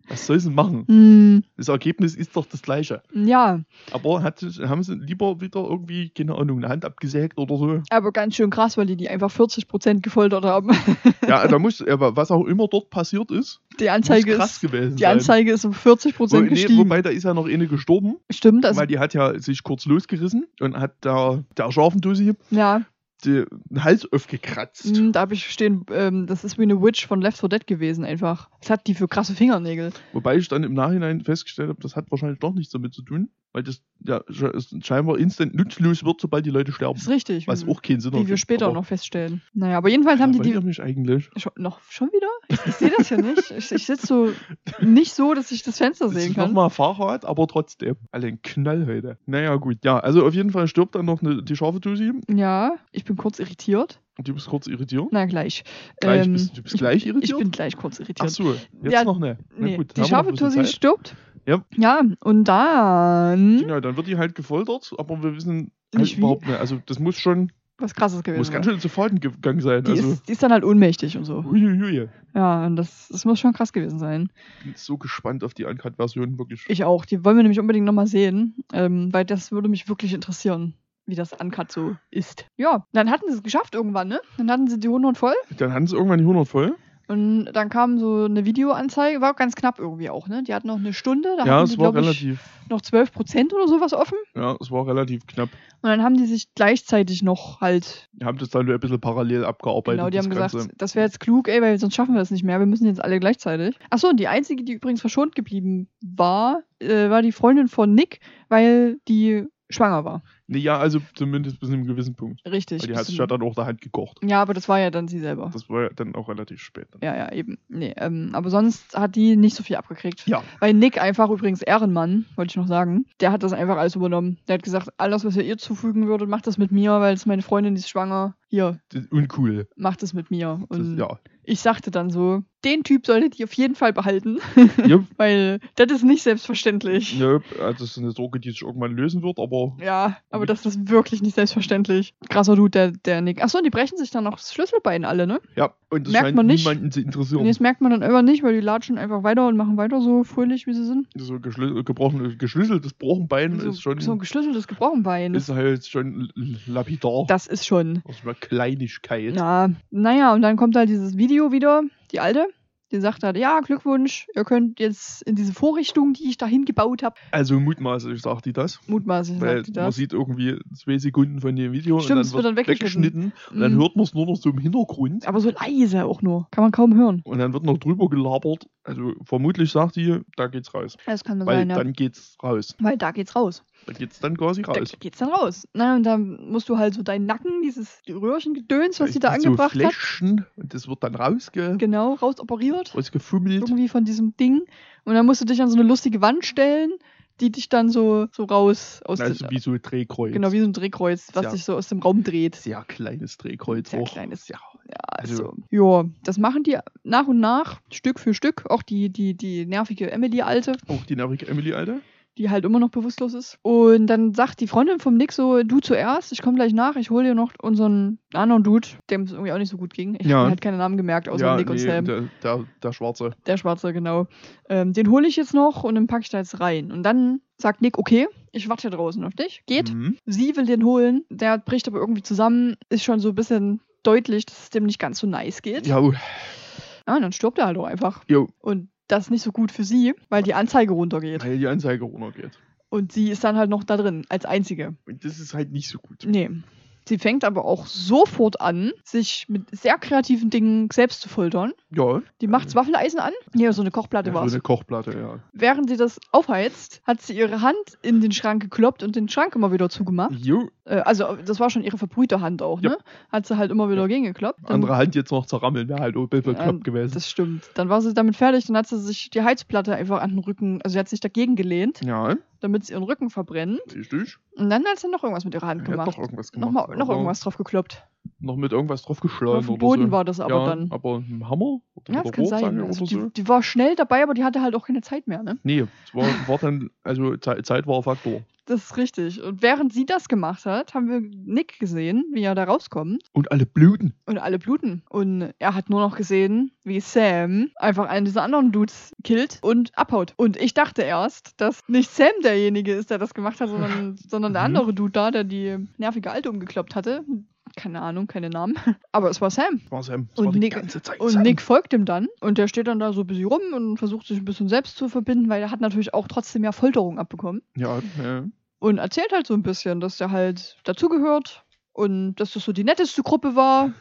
Speaker 2: Was soll sie machen?
Speaker 1: Hm,
Speaker 2: Das Ergebnis ist doch das gleiche.
Speaker 1: ja,
Speaker 2: Aber hat, sich- haben sie lieber wieder irgendwie, keine Ahnung, eine Hand abgesägt oder so?
Speaker 1: aber ganz schön krass, weil die die einfach 40% gefoltert haben.
Speaker 2: Ja, da muss, aber was auch immer dort passiert ist,
Speaker 1: Die
Speaker 2: muss
Speaker 1: Anzeige
Speaker 2: krass
Speaker 1: ist,
Speaker 2: gewesen
Speaker 1: die Anzeige ist um 40%
Speaker 2: sein. Wo, nee,
Speaker 1: gestiegen.
Speaker 2: wobei, da ist ja noch eine gestorben,
Speaker 1: Stimmt, also,
Speaker 2: weil die hat ja sich kurz losgerissen und hat da der Scharfendose
Speaker 1: ja.
Speaker 2: den Hals aufgekratzt.
Speaker 1: Mhm, da habe ich stehen, ähm, das ist wie eine Witch von Left 4 Dead gewesen einfach. Was hat die für krasse Fingernägel?
Speaker 2: Wobei ich dann im Nachhinein festgestellt habe, das hat wahrscheinlich doch nichts damit zu tun, weil das ja sche- es scheinbar instant nutzlos wird, sobald die Leute sterben.
Speaker 1: Ist richtig.
Speaker 2: Was
Speaker 1: wie,
Speaker 2: auch keinen Sinn
Speaker 1: wie wir später noch feststellen. Naja, aber jedenfalls haben die
Speaker 2: die
Speaker 1: die.
Speaker 2: ihr mich eigentlich?
Speaker 1: Schon, noch schon wieder? Ich, ich sehe das ja nicht. Ich, ich sitze so nicht so, dass ich das Fenster
Speaker 2: Das
Speaker 1: sehen
Speaker 2: ist
Speaker 1: kann.
Speaker 2: nochmal Fahrrad, aber trotzdem. Alle ein Knall heute. Naja, gut. Ja, also auf jeden Fall stirbt dann noch eine, die scharfe Dusi.
Speaker 1: Ja, ich bin kurz irritiert.
Speaker 2: Du bist kurz irritiert.
Speaker 1: Na, gleich.
Speaker 2: Gleich,
Speaker 1: Ähm,
Speaker 2: bist, du bist gleich irritiert?
Speaker 1: Ich bin gleich kurz
Speaker 2: Ach
Speaker 1: irritiert.
Speaker 2: so, jetzt
Speaker 1: Ja,
Speaker 2: noch ne. Na
Speaker 1: Nee, die
Speaker 2: gut, haben wir noch
Speaker 1: scharfe
Speaker 2: ein bisschen
Speaker 1: Tussi
Speaker 2: Zeit.
Speaker 1: stirbt.
Speaker 2: Ja.
Speaker 1: ja, und dann.
Speaker 2: Genau, dann wird die halt gefoltert, aber wir wissen
Speaker 1: Hm? Nicht
Speaker 2: halt
Speaker 1: wie.
Speaker 2: überhaupt nicht. Also das muss schon,
Speaker 1: Was krasses gewesen.
Speaker 2: muss ganz
Speaker 1: wäre.
Speaker 2: schön zu Faden gegangen sein.
Speaker 1: die,
Speaker 2: Also,
Speaker 1: ist, die ist dann halt ohnmächtig und so.
Speaker 2: uiuiui.
Speaker 1: Ja, und das, das muss schon krass gewesen sein.
Speaker 2: bin so gespannt auf die Uncut-Version, wirklich.
Speaker 1: Ich auch. Die wollen wir nämlich unbedingt nochmal sehen, ähm, weil das würde mich wirklich interessieren, wie das Uncut so ist. Ja, dann hatten sie es geschafft irgendwann, ne? Dann hatten sie die 100 voll
Speaker 2: Dann hatten sie irgendwann die 100 voll.
Speaker 1: und dann kam so eine Videoanzeige, war ganz knapp irgendwie auch, ne? Die hatten noch eine Stunde, da
Speaker 2: ja,
Speaker 1: hatten die,
Speaker 2: es war
Speaker 1: glaube ich,
Speaker 2: relativ,
Speaker 1: noch 12 Prozent oder sowas offen.
Speaker 2: ja, es war relativ knapp.
Speaker 1: Und dann haben die sich gleichzeitig noch halt,
Speaker 2: Wir haben das dann ein bisschen parallel abgearbeitet.
Speaker 1: genau, die
Speaker 2: das
Speaker 1: haben gesagt,
Speaker 2: Ganze.
Speaker 1: das wäre jetzt klug, ey, weil sonst schaffen wir das nicht mehr, wir müssen jetzt alle gleichzeitig. Achso, und die einzige, die übrigens verschont geblieben war, äh, war die Freundin von Nick, weil die schwanger war.
Speaker 2: Nee, ja, also zumindest bis zu einem gewissen Punkt.
Speaker 1: Richtig.
Speaker 2: Weil die
Speaker 1: bis
Speaker 2: hat sich
Speaker 1: zum-
Speaker 2: ja dann auch der Hand gekocht.
Speaker 1: Ja, aber das war ja dann sie selber.
Speaker 2: Das war ja dann auch relativ spät. Dann.
Speaker 1: Ja, ja, eben. Nee, ähm, aber sonst hat die nicht so viel abgekriegt.
Speaker 2: Ja.
Speaker 1: Weil Nick einfach übrigens Ehrenmann, wollte ich noch sagen, der hat das einfach alles übernommen. Der hat gesagt, alles, was ihr ihr zufügen würdet, macht das mit mir, weil es meine Freundin die ist schwanger. Hier,
Speaker 2: Das ist uncool.
Speaker 1: macht das mit mir.
Speaker 2: Das,
Speaker 1: Und
Speaker 2: ja.
Speaker 1: ich sagte dann so, den Typ solltet ihr auf jeden Fall behalten,
Speaker 2: ja,
Speaker 1: weil das ist nicht selbstverständlich.
Speaker 2: ja, also das ist eine Sorge, die sich irgendwann lösen wird, aber
Speaker 1: Ja, aber das ist wirklich nicht selbstverständlich. Krasser Dude, der, der Nick. Achso, und die brechen sich dann noch das Schlüsselbein alle, ne?
Speaker 2: ja, und das
Speaker 1: Merkt
Speaker 2: scheint
Speaker 1: man nicht.
Speaker 2: niemanden zu
Speaker 1: Und
Speaker 2: interessieren.
Speaker 1: jetzt merkt man dann immer nicht, weil die latschen einfach weiter und machen weiter so fröhlich, wie sie sind.
Speaker 2: So geschlü- gebrochen, geschlüsseltes Brochenbein
Speaker 1: So,
Speaker 2: ist schon
Speaker 1: so ein geschlüsseltes Gebrochenbein.
Speaker 2: ist
Speaker 1: Das,
Speaker 2: halt schon lapidar.
Speaker 1: das ist schon.
Speaker 2: Aus einer Kleinigkeit.
Speaker 1: Na, naja, und dann kommt halt dieses Video wieder, die alte, die sagt halt, ja, Glückwunsch, ihr könnt jetzt in diese Vorrichtung, die ich dahin gebaut habe,
Speaker 2: Also mutmaßlich sagt die das.
Speaker 1: mutmaßlich
Speaker 2: Weil
Speaker 1: sagt die
Speaker 2: man
Speaker 1: das.
Speaker 2: sieht irgendwie zwei Sekunden von dem Video
Speaker 1: Stimmt,
Speaker 2: und
Speaker 1: es
Speaker 2: dann
Speaker 1: wird dann weggeschnitten.
Speaker 2: weggeschnitten. Und dann
Speaker 1: Mhm.
Speaker 2: hört man es nur noch so im Hintergrund.
Speaker 1: Aber so leise auch nur. Kann man kaum hören.
Speaker 2: Und dann wird noch drüber gelabert. Also vermutlich sagt die, da geht's raus.
Speaker 1: Das kann so
Speaker 2: Weil
Speaker 1: sein, ja.
Speaker 2: dann geht's raus.
Speaker 1: Weil da geht's raus.
Speaker 2: Da geht's dann quasi
Speaker 1: Da
Speaker 2: raus.
Speaker 1: geht's dann raus. Na, und dann musst du halt so deinen Nacken, dieses Röhrchengedöns, was sie da
Speaker 2: ist so
Speaker 1: angebracht hat,
Speaker 2: Fläschchen und das wird dann rausge
Speaker 1: genau, rausoperiert.
Speaker 2: rausgefummelt.
Speaker 1: irgendwie von diesem Ding. Und dann musst du dich an so eine lustige Wand stellen, die dich dann so, so raus aus
Speaker 2: Also
Speaker 1: dem,
Speaker 2: wie so ein Drehkreuz.
Speaker 1: Genau, wie so ein Drehkreuz, was
Speaker 2: Ja.
Speaker 1: dich so aus dem Raum dreht.
Speaker 2: Sehr kleines Drehkreuz.
Speaker 1: Sehr
Speaker 2: auch.
Speaker 1: kleines, ja. ja
Speaker 2: Also-
Speaker 1: also, ja, das machen die nach und nach, Stück für Stück. Auch die, die, die nervige Emily-Alte,
Speaker 2: Auch die nervige Emily, Alter.
Speaker 1: die halt immer noch bewusstlos ist. Und dann sagt die Freundin vom Nick so, du zuerst, ich komme gleich nach, ich hole dir noch unseren anderen Dude, dem es irgendwie auch nicht so gut ging. Ich
Speaker 2: Ja.
Speaker 1: habe halt keine Namen gemerkt, außer Nick und Sam.
Speaker 2: Der, der, der Schwarze.
Speaker 1: Der Schwarze, genau. Ähm, den hole ich jetzt noch und den packe ich da jetzt rein. Und dann sagt Nick, okay, ich warte hier draußen auf dich. Geht.
Speaker 2: Mhm.
Speaker 1: Sie will den holen. Der bricht aber irgendwie zusammen. Ist schon so ein bisschen deutlich, dass es dem nicht ganz so nice geht.
Speaker 2: Ja, oh,
Speaker 1: Ja, und dann stirbt er halt auch einfach.
Speaker 2: jo,
Speaker 1: Und das ist nicht so gut für sie, weil die Anzeige runtergeht.
Speaker 2: weil die Anzeige runtergeht.
Speaker 1: Und sie ist dann halt noch da drin, als einzige.
Speaker 2: Und das ist halt nicht so gut.
Speaker 1: Nee. Sie fängt aber auch sofort an, sich mit sehr kreativen Dingen selbst zu foltern.
Speaker 2: Ja,
Speaker 1: Die macht das Waffeleisen an. Nee, so eine Kochplatte
Speaker 2: ja so
Speaker 1: war es.
Speaker 2: eine Kochplatte, ja.
Speaker 1: Während sie das aufheizt, hat sie ihre Hand in den Schrank gekloppt und den Schrank immer wieder zugemacht.
Speaker 2: Jo,
Speaker 1: Äh, also, das war schon ihre verbrühte Hand auch,
Speaker 2: Mhm. Ja.
Speaker 1: ne? Hat sie halt immer wieder gegengekloppt. Dann-
Speaker 2: andere Hand jetzt noch zerrammeln, wäre halt auch ein bisschen
Speaker 1: Ja,
Speaker 2: knapp gewesen.
Speaker 1: Das stimmt. Dann war sie damit fertig, dann hat sie sich die Heizplatte einfach an den Rücken, also sie hat sich dagegen gelehnt,
Speaker 2: Ja,
Speaker 1: damit sie ihren Rücken verbrennt.
Speaker 2: richtig.
Speaker 1: Und dann hat sie noch irgendwas mit ihrer Hand
Speaker 2: Er hat
Speaker 1: gemacht.
Speaker 2: noch irgendwas gemacht.
Speaker 1: Nochmal, noch
Speaker 2: aber
Speaker 1: irgendwas drauf gekloppt.
Speaker 2: Noch mit irgendwas drauf geschlagen.
Speaker 1: Auf dem
Speaker 2: oder
Speaker 1: Boden
Speaker 2: so.
Speaker 1: war das aber
Speaker 2: ja,
Speaker 1: dann.
Speaker 2: Aber mit einem Hammer? Oder
Speaker 1: Ja,
Speaker 2: mit
Speaker 1: das
Speaker 2: der
Speaker 1: kann sein.
Speaker 2: Bohrstange
Speaker 1: Also
Speaker 2: oder so.
Speaker 1: die, die war schnell dabei, aber die hatte halt auch keine Zeit mehr, ne?
Speaker 2: Nee, es war, war dann, also Ze- Zeit war ein Faktor.
Speaker 1: Das ist richtig. Und während sie das gemacht hat, haben wir Nick gesehen, wie er da rauskommt.
Speaker 2: Und alle bluten.
Speaker 1: Und alle bluten. Und er hat nur noch gesehen, wie Sam einfach einen dieser anderen Dudes killt und abhaut. Und ich dachte erst, dass nicht Sam derjenige ist, der das gemacht hat, sondern, sondern der
Speaker 2: Mhm.
Speaker 1: andere Dude da, der die nervige Alte umgekloppt hatte. Keine Ahnung, keine Namen. Aber es war Sam.
Speaker 2: War Sam. Es
Speaker 1: Und
Speaker 2: war die
Speaker 1: Nick-
Speaker 2: ganze Zeit
Speaker 1: Und
Speaker 2: Sam.
Speaker 1: Nick folgt ihm dann. Und der steht dann da so ein bisschen rum und versucht sich ein bisschen selbst zu verbinden, weil er hat natürlich auch trotzdem ja Folterung abbekommen.
Speaker 2: Ja, ja.
Speaker 1: Und erzählt halt so ein bisschen, dass der halt dazugehört. Und dass das so die netteste Gruppe war.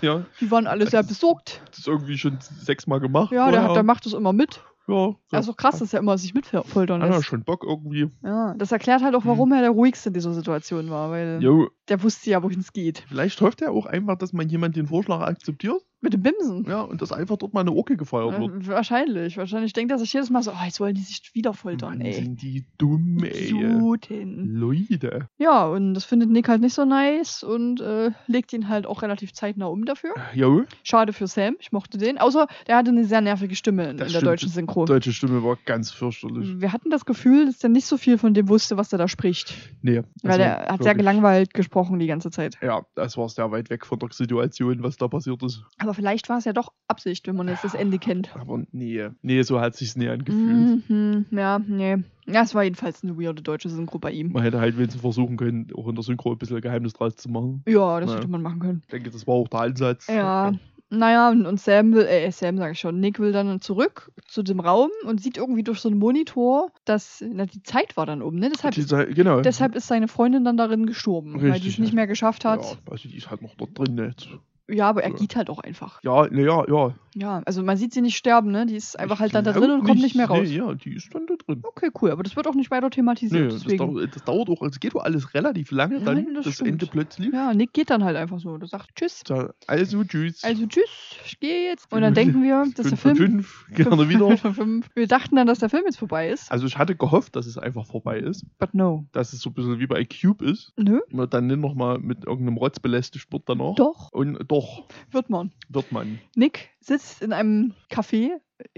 Speaker 2: ja,
Speaker 1: Die waren alle sehr besorgt.
Speaker 2: das ist irgendwie schon sechsmal gemacht.
Speaker 1: Ja, der,
Speaker 2: vorher.
Speaker 1: hat, der macht das immer mit.
Speaker 2: Ja, ja.
Speaker 1: Also krass, dass er immer sich mitfoltern
Speaker 2: Hat er
Speaker 1: lässt.
Speaker 2: schon Bock irgendwie.
Speaker 1: Ja, das erklärt halt auch, warum er der ruhigste in dieser Situation war, weil
Speaker 2: Hm. Jo,
Speaker 1: der wusste ja, wohin es geht.
Speaker 2: vielleicht hofft er auch einfach, dass man jemand den Vorschlag akzeptiert.
Speaker 1: Mit dem Bimsen.
Speaker 2: Ja, und dass einfach dort mal eine Orke gefeiert wird.
Speaker 1: Äh, wahrscheinlich. Wahrscheinlich denkt er sich jedes Mal so, oh, jetzt wollen die sich wieder foltern,
Speaker 2: Mann,
Speaker 1: ey.
Speaker 2: sind die dumm, ey.
Speaker 1: Idioten.
Speaker 2: Leute.
Speaker 1: Ja, und das findet Nick halt nicht so nice und äh, legt ihn halt auch relativ zeitnah um dafür.
Speaker 2: Jo,
Speaker 1: Schade für Sam, ich mochte den. Außer, der hatte eine sehr nervige Stimme in, in
Speaker 2: Das
Speaker 1: der
Speaker 2: stimmt.
Speaker 1: deutschen Synchro.
Speaker 2: deutsche Stimme war ganz fürchterlich.
Speaker 1: Wir hatten das Gefühl, dass der nicht so viel von dem wusste, was er da spricht.
Speaker 2: Nee.
Speaker 1: Weil
Speaker 2: also
Speaker 1: er hat sehr
Speaker 2: wirklich-
Speaker 1: gelangweilt gesprochen die ganze Zeit.
Speaker 2: Ja, das war sehr weit weg von der Situation, was da passiert ist.
Speaker 1: Aber vielleicht war es ja doch Absicht, wenn man jetzt das Ende kennt.
Speaker 2: Aber nee, nee, so hat sich's nie angefühlt.
Speaker 1: Mhm, ja, nee. Ja, es war jedenfalls eine weirde deutsche Synchro bei ihm.
Speaker 2: Man hätte halt wenigstens versuchen können, auch in der Synchro ein bisschen Geheimnis draus zu machen.
Speaker 1: Ja, das
Speaker 2: Ja.
Speaker 1: hätte man machen können.
Speaker 2: Ich denke, das war auch der Ansatz.
Speaker 1: Ja. Naja, und, und Sam will, äh, Sam sage ich schon, Nick will dann zurück zu dem Raum und sieht irgendwie durch so einen Monitor, dass, na, die Zeit war dann oben, ne? Deshalb,
Speaker 2: Die sei- genau.
Speaker 1: deshalb ist seine Freundin dann darin gestorben, weil die
Speaker 2: Richtig,
Speaker 1: es nicht
Speaker 2: ja.
Speaker 1: mehr geschafft hat.
Speaker 2: Ja, also die ist halt noch dort drin jetzt.
Speaker 1: Ja, aber er
Speaker 2: Ja.
Speaker 1: geht halt auch einfach.
Speaker 2: Ja, na ja, ja.
Speaker 1: Ja, also man sieht sie nicht sterben, ne? Die ist einfach
Speaker 2: Ich
Speaker 1: halt dann da
Speaker 2: glaub
Speaker 1: drin und kommt nicht mehr raus.
Speaker 2: Nee, ja, die ist dann da drin.
Speaker 1: Okay, cool, aber das wird auch nicht weiter thematisiert.
Speaker 2: Nee, das,
Speaker 1: deswegen.
Speaker 2: dau das dauert auch, es geht doch alles relativ lange,
Speaker 1: Ja,
Speaker 2: dann
Speaker 1: das
Speaker 2: das,
Speaker 1: stimmt.
Speaker 2: Ende plötzlich.
Speaker 1: Ja, Nick geht dann halt einfach so. Der sagt Tschüss.
Speaker 2: So, Also, tschüss.
Speaker 1: Also tschüss, ich gehe jetzt. Und dann denken wir, dass der
Speaker 2: Fünf von
Speaker 1: Film.
Speaker 2: fünf, gerne wieder.
Speaker 1: Fünf von fünf. Wir dachten dann, dass der Film jetzt vorbei ist.
Speaker 2: Also ich hatte gehofft, dass es einfach vorbei ist,
Speaker 1: But no.
Speaker 2: dass es so ein bisschen wie bei Cube ist.
Speaker 1: Nö,
Speaker 2: Man dann nicht nochmal mit irgendeinem Rotz belästigt wird danach.
Speaker 1: doch,
Speaker 2: Und doch,
Speaker 1: wird man.
Speaker 2: wird man.
Speaker 1: Nick sitzt in einem Café.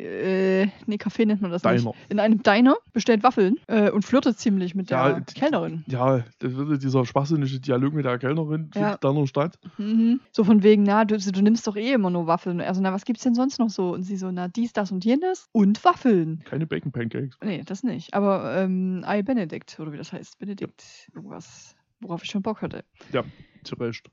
Speaker 1: Äh, nee, Café nennt man das
Speaker 2: Diner.
Speaker 1: nicht. In einem Diner, bestellt Waffeln äh, und flirtet ziemlich mit der
Speaker 2: Ja, halt. d-
Speaker 1: Kellnerin.
Speaker 2: Ja, das wird jetzt dieser schwachsinnige Dialog mit der Kellnerin
Speaker 1: Ja.
Speaker 2: findet dann noch statt.
Speaker 1: Mhm. So von wegen, na, du, du nimmst doch eh immer nur Waffeln. Also, na, was gibt's denn sonst noch so? Und sie so, na, dies, das und jenes und Waffeln.
Speaker 2: Keine Bacon Pancakes.
Speaker 1: Nee, das nicht. Aber ähm, I Benedict, oder wie das heißt, Benedict, irgendwas, worauf ich schon Bock hatte.
Speaker 2: Zu Recht.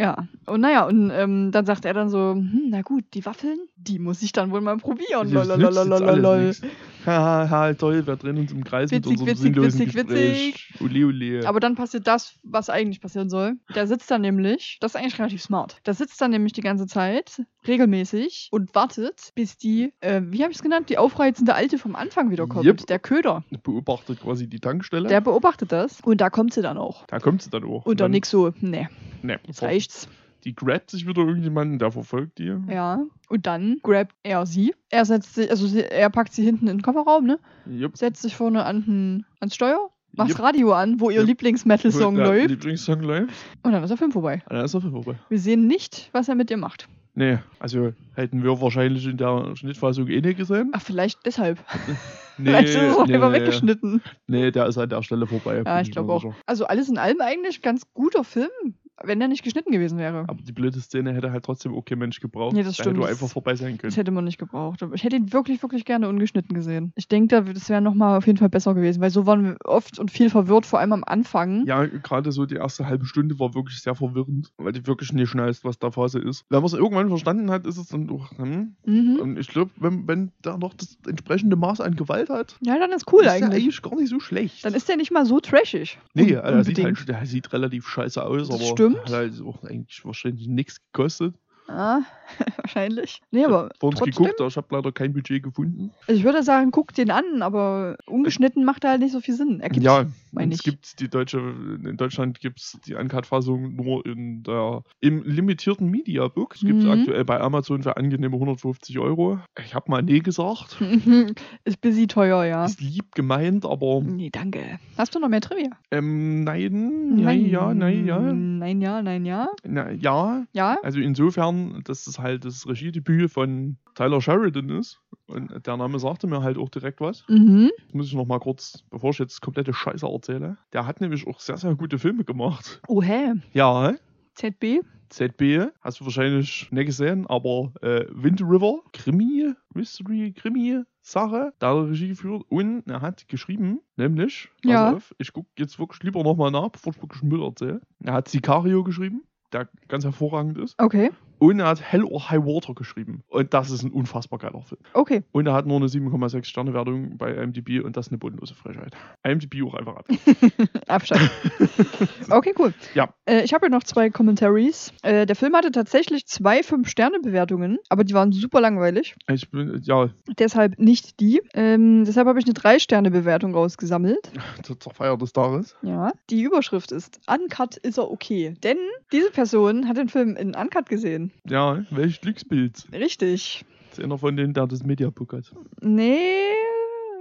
Speaker 1: Ja, und naja, und ähm, dann sagt er dann so, hm, na gut, die Waffeln, die muss ich dann wohl mal probieren.
Speaker 2: Das nützt jetzt alles
Speaker 1: Lolololololol.
Speaker 2: nix. Haha, ha, toll, wir drehen uns im Kreis
Speaker 1: Witzig,
Speaker 2: mit unserem
Speaker 1: witzig,
Speaker 2: sinnlosen
Speaker 1: witzig,
Speaker 2: Gespräch. Ule, ule.
Speaker 1: Aber dann passiert das, was eigentlich passieren soll. Der sitzt dann nämlich, das ist eigentlich relativ smart, der sitzt dann nämlich die ganze Zeit, regelmäßig, und wartet, bis die, äh, wie habe ich es genannt, die aufreizende Alte vom Anfang wiederkommt,
Speaker 2: Yep.
Speaker 1: der Köder.
Speaker 2: Beobachtet quasi die Tankstelle.
Speaker 1: Der beobachtet das und da kommt sie dann auch.
Speaker 2: da kommt sie dann ne, auch.
Speaker 1: Und dann
Speaker 2: Dann-
Speaker 1: nix so, nee,
Speaker 2: Nee,
Speaker 1: jetzt
Speaker 2: vor-
Speaker 1: reicht's.
Speaker 2: Die grabt sich wieder irgendjemanden, der verfolgt die.
Speaker 1: Ja, Und dann grabt er sie. Er setzt sich, also sie, er packt sie hinten in den Kofferraum, ne?
Speaker 2: Jupp.
Speaker 1: Setzt sich vorne an den, ans Steuer, macht das
Speaker 2: Jupp.
Speaker 1: Radio an, wo ihr
Speaker 2: Jupp.
Speaker 1: Lieblings-Metal-Song
Speaker 2: Der
Speaker 1: läuft.
Speaker 2: Lieblingssong läuft.
Speaker 1: Und dann ist der Film vorbei.
Speaker 2: Ah, Dann ist er vorbei.
Speaker 1: Wir sehen nicht, was er mit ihr macht.
Speaker 2: Nee, also hätten wir wahrscheinlich in der Schnittfassung eh nicht gesehen.
Speaker 1: Ach, vielleicht deshalb.
Speaker 2: Nee,
Speaker 1: vielleicht ist es auch
Speaker 2: nee,
Speaker 1: einfach
Speaker 2: nee,
Speaker 1: weggeschnitten.
Speaker 2: Nee, der ist an der Stelle vorbei.
Speaker 1: Ja,
Speaker 2: bin
Speaker 1: ich glaube
Speaker 2: mir
Speaker 1: auch.
Speaker 2: sicher.
Speaker 1: Also alles in allem eigentlich ganz guter Film, wenn der nicht geschnitten gewesen wäre.
Speaker 2: Aber die blöde Szene hätte halt trotzdem okay Mensch gebraucht.
Speaker 1: Nee, das
Speaker 2: Da
Speaker 1: stimmt.
Speaker 2: Hätte nur
Speaker 1: Das-
Speaker 2: einfach vorbei sein
Speaker 1: Das
Speaker 2: können.
Speaker 1: hätte man nicht gebraucht. Aber Ich hätte ihn wirklich, wirklich gerne ungeschnitten gesehen. Ich denke, da- das wäre nochmal auf jeden Fall besser gewesen, weil so waren wir oft und viel verwirrt, vor allem am Anfang.
Speaker 2: Ja, gerade so die erste halbe Stunde war wirklich sehr verwirrend, weil die wirklich nicht schnallst, was da Phase ist. Wenn man es irgendwann verstanden hat, ist es dann doch, hm.
Speaker 1: Mhm.
Speaker 2: Und ich glaube, wenn, wenn da noch das entsprechende Maß an Gewalt hat,
Speaker 1: Ja, dann ist cool
Speaker 2: ist der
Speaker 1: eigentlich.
Speaker 2: eigentlich gar nicht so schlecht.
Speaker 1: Dann ist der nicht mal so trashig.
Speaker 2: nee,
Speaker 1: Un-
Speaker 2: also er sieht
Speaker 1: unbedingt.
Speaker 2: halt, der sieht relativ scheiße aus,
Speaker 1: Das
Speaker 2: aber
Speaker 1: stimmt.
Speaker 2: hat halt auch eigentlich wahrscheinlich nichts gekostet.
Speaker 1: Ah, wahrscheinlich. Nee,
Speaker 2: Ich
Speaker 1: aber
Speaker 2: hab vor uns
Speaker 1: trotzdem.
Speaker 2: geguckt, aber ich habe leider kein Budget gefunden.
Speaker 1: Also ich würde sagen, guck den an, aber ungeschnitten macht er halt nicht so viel Sinn. Er gibt's-
Speaker 2: ja,
Speaker 1: meine
Speaker 2: es
Speaker 1: ich.
Speaker 2: gibt die deutsche, in Deutschland gibt es die Uncut-Fassung nur in der, im limitierten Media-Book. Es gibt es
Speaker 1: Mhm.
Speaker 2: aktuell bei Amazon für angenehme 150 Euro. Ich habe mal nee gesagt.
Speaker 1: ist busy teuer, ja. Mhm.
Speaker 2: Ist lieb gemeint, aber
Speaker 1: Nee, danke. Hast du noch mehr Trivia?
Speaker 2: ähm, nein, nein, ja, nein, ja,
Speaker 1: Nein, ja, nein, ja.
Speaker 2: na, ja.
Speaker 1: Ja,
Speaker 2: Also insofern, dass es halt das Regiedebüt von Tyler Sheridan ist. Und der Name sagte mir halt auch direkt was.
Speaker 1: mhm.
Speaker 2: Das muss ich noch mal kurz, bevor ich jetzt komplette Scheiße erzähle. Der hat nämlich auch sehr, sehr gute Filme gemacht.
Speaker 1: Oh, hä?
Speaker 2: Ja,
Speaker 1: ZB?
Speaker 2: ZB, hast du wahrscheinlich nicht gesehen, aber äh, Wind River, Krimi, Mystery, Krimi, Sache, da hat er Regie führt und er hat geschrieben, nämlich, pass
Speaker 1: Ja.
Speaker 2: auf, ich gucke jetzt wirklich lieber nochmal nach, bevor ich wirklich Müll erzähle. Er hat Sicario geschrieben, der ganz hervorragend ist,
Speaker 1: Okay,
Speaker 2: und er hat Hell or High Water geschrieben. Und das ist ein unfassbar geiler Film.
Speaker 1: okay.
Speaker 2: Und er hat nur eine 7,6 Sterne Wertung bei IMDb und das ist eine bodenlose Frechheit. IMDb auch einfach ab.
Speaker 1: Abschalten. okay, cool.
Speaker 2: Ja.
Speaker 1: Äh, ich habe hier noch zwei Commentaries. Äh, der Film hatte tatsächlich zwei 5-Sterne-Bewertungen, aber die waren super langweilig.
Speaker 2: Ich bin, ja,
Speaker 1: Deshalb nicht die. Ähm, deshalb habe ich eine 3-Sterne-Bewertung rausgesammelt.
Speaker 2: zur zur Feier des Tages.
Speaker 1: Ja. Die Überschrift ist: Uncut ist er okay. Denn diese Person hat den Film in Uncut gesehen.
Speaker 2: Ja, welch Glücksbild.
Speaker 1: Richtig.
Speaker 2: Das ist einer von denen, der das Mediabook hat.
Speaker 1: Nee.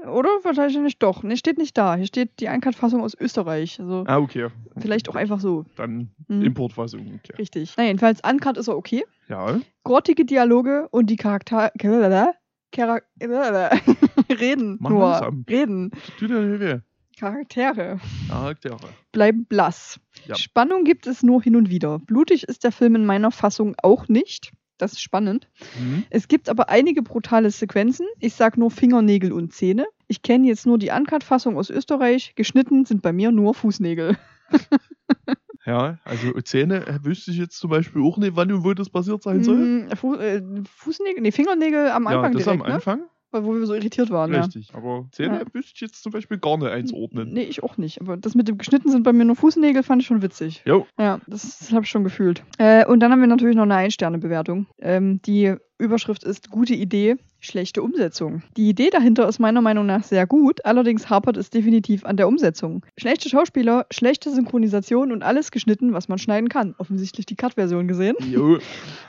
Speaker 1: Oder wahrscheinlich doch. Nee, steht nicht da. Hier steht die Uncut-Fassung aus Österreich. Also
Speaker 2: Ah, okay.
Speaker 1: vielleicht auch einfach so.
Speaker 2: Dann
Speaker 1: Hm.
Speaker 2: Importfassung. Okay.
Speaker 1: Richtig. Na, jedenfalls, Uncut ist er okay.
Speaker 2: Ja.
Speaker 1: grottige Dialoge und die Charakter... Charak Reden
Speaker 2: Mach
Speaker 1: nur.
Speaker 2: langsam.
Speaker 1: Reden.
Speaker 2: Tut ja nicht weh.
Speaker 1: Charaktere
Speaker 2: Charaktere.
Speaker 1: bleiben blass.
Speaker 2: Ja.
Speaker 1: Spannung gibt es nur hin und wieder. Blutig ist der Film in meiner Fassung auch nicht. Das ist spannend.
Speaker 2: Hm.
Speaker 1: Es gibt aber einige brutale Sequenzen. Ich sag nur Fingernägel und Zähne. Ich kenne jetzt nur die Uncut-Fassung aus Österreich. Geschnitten sind bei mir nur Fußnägel.
Speaker 2: Ja, also Zähne äh, wüsste ich jetzt zum Beispiel auch nicht, wann und wo das passiert sein soll.
Speaker 1: Mhm, Fu äh, Fußnägel? Nee, Fingernägel am
Speaker 2: Also? ja,
Speaker 1: Anfang
Speaker 2: das
Speaker 1: direkt,
Speaker 2: am Anfang.
Speaker 1: ne? Wo wir so irritiert waren, ja.
Speaker 2: Richtig. Aber
Speaker 1: Ja.
Speaker 2: Zähne
Speaker 1: Hm.
Speaker 2: wüsste ich jetzt zum Beispiel gar nicht einzuordnen.
Speaker 1: Nee, ich auch nicht. Aber das mit dem geschnitten sind bei mir nur Fußnägel, fand ich schon witzig.
Speaker 2: Jo.
Speaker 1: Ja, das habe ich schon gefühlt. Äh, und dann haben wir natürlich noch eine Ein-Sterne-Bewertung. Ähm, die Überschrift ist gute Idee, schlechte Umsetzung. Die Idee dahinter ist meiner Meinung nach sehr gut, allerdings hapert es definitiv an der Umsetzung. Schlechte Schauspieler, schlechte Synchronisation und alles geschnitten, was man schneiden kann. Offensichtlich die Cut-Version gesehen.
Speaker 2: Jo.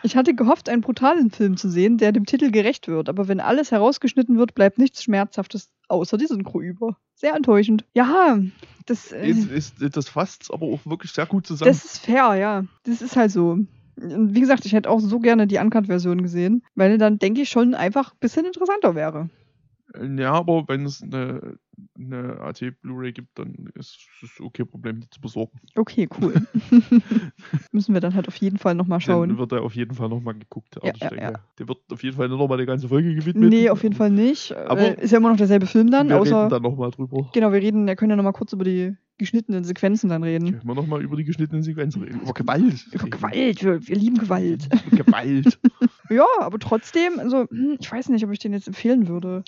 Speaker 1: Ich hatte gehofft, einen brutalen Film zu sehen, der dem Titel gerecht wird, aber wenn alles herausgeschnitten wird, bleibt nichts Schmerzhaftes außer die Synchro über. Sehr enttäuschend. Ja, das, äh,
Speaker 2: Ist, ist, das fasst aber auch wirklich sehr gut zusammen.
Speaker 1: das ist fair, ja. Das ist halt so. Und Wie gesagt, ich hätte auch so gerne die Uncut-Version gesehen, weil dann denke ich schon einfach ein bisschen interessanter wäre.
Speaker 2: ja, aber wenn es eine, eine AT Blu-ray gibt, dann ist es okay, Problem, die zu besorgen.
Speaker 1: Okay, cool. Müssen wir dann halt auf jeden Fall nochmal
Speaker 2: Den
Speaker 1: schauen.
Speaker 2: wird er auf jeden Fall nochmal geguckt. aber
Speaker 1: Ja,
Speaker 2: ich
Speaker 1: ja,
Speaker 2: denke,
Speaker 1: ja.
Speaker 2: Der wird auf jeden Fall nochmal eine ganze Folge gewidmet.
Speaker 1: Nee, auf jeden Fall nicht.
Speaker 2: Aber-
Speaker 1: äh, ist ja immer noch derselbe Film dann,
Speaker 2: Wir
Speaker 1: außer.
Speaker 2: reden dann nochmal drüber.
Speaker 1: Genau, wir reden, wir können ja nochmal kurz über die geschnittenen Sequenzen dann reden.
Speaker 2: Können wir nochmal über die geschnittenen Sequenzen reden? Über Gewalt.
Speaker 1: Über Gewalt, wir, wir lieben Gewalt.
Speaker 2: Gewalt.
Speaker 1: Ja, aber trotzdem, also, hm, ich weiß nicht, ob ich den jetzt empfehlen würde.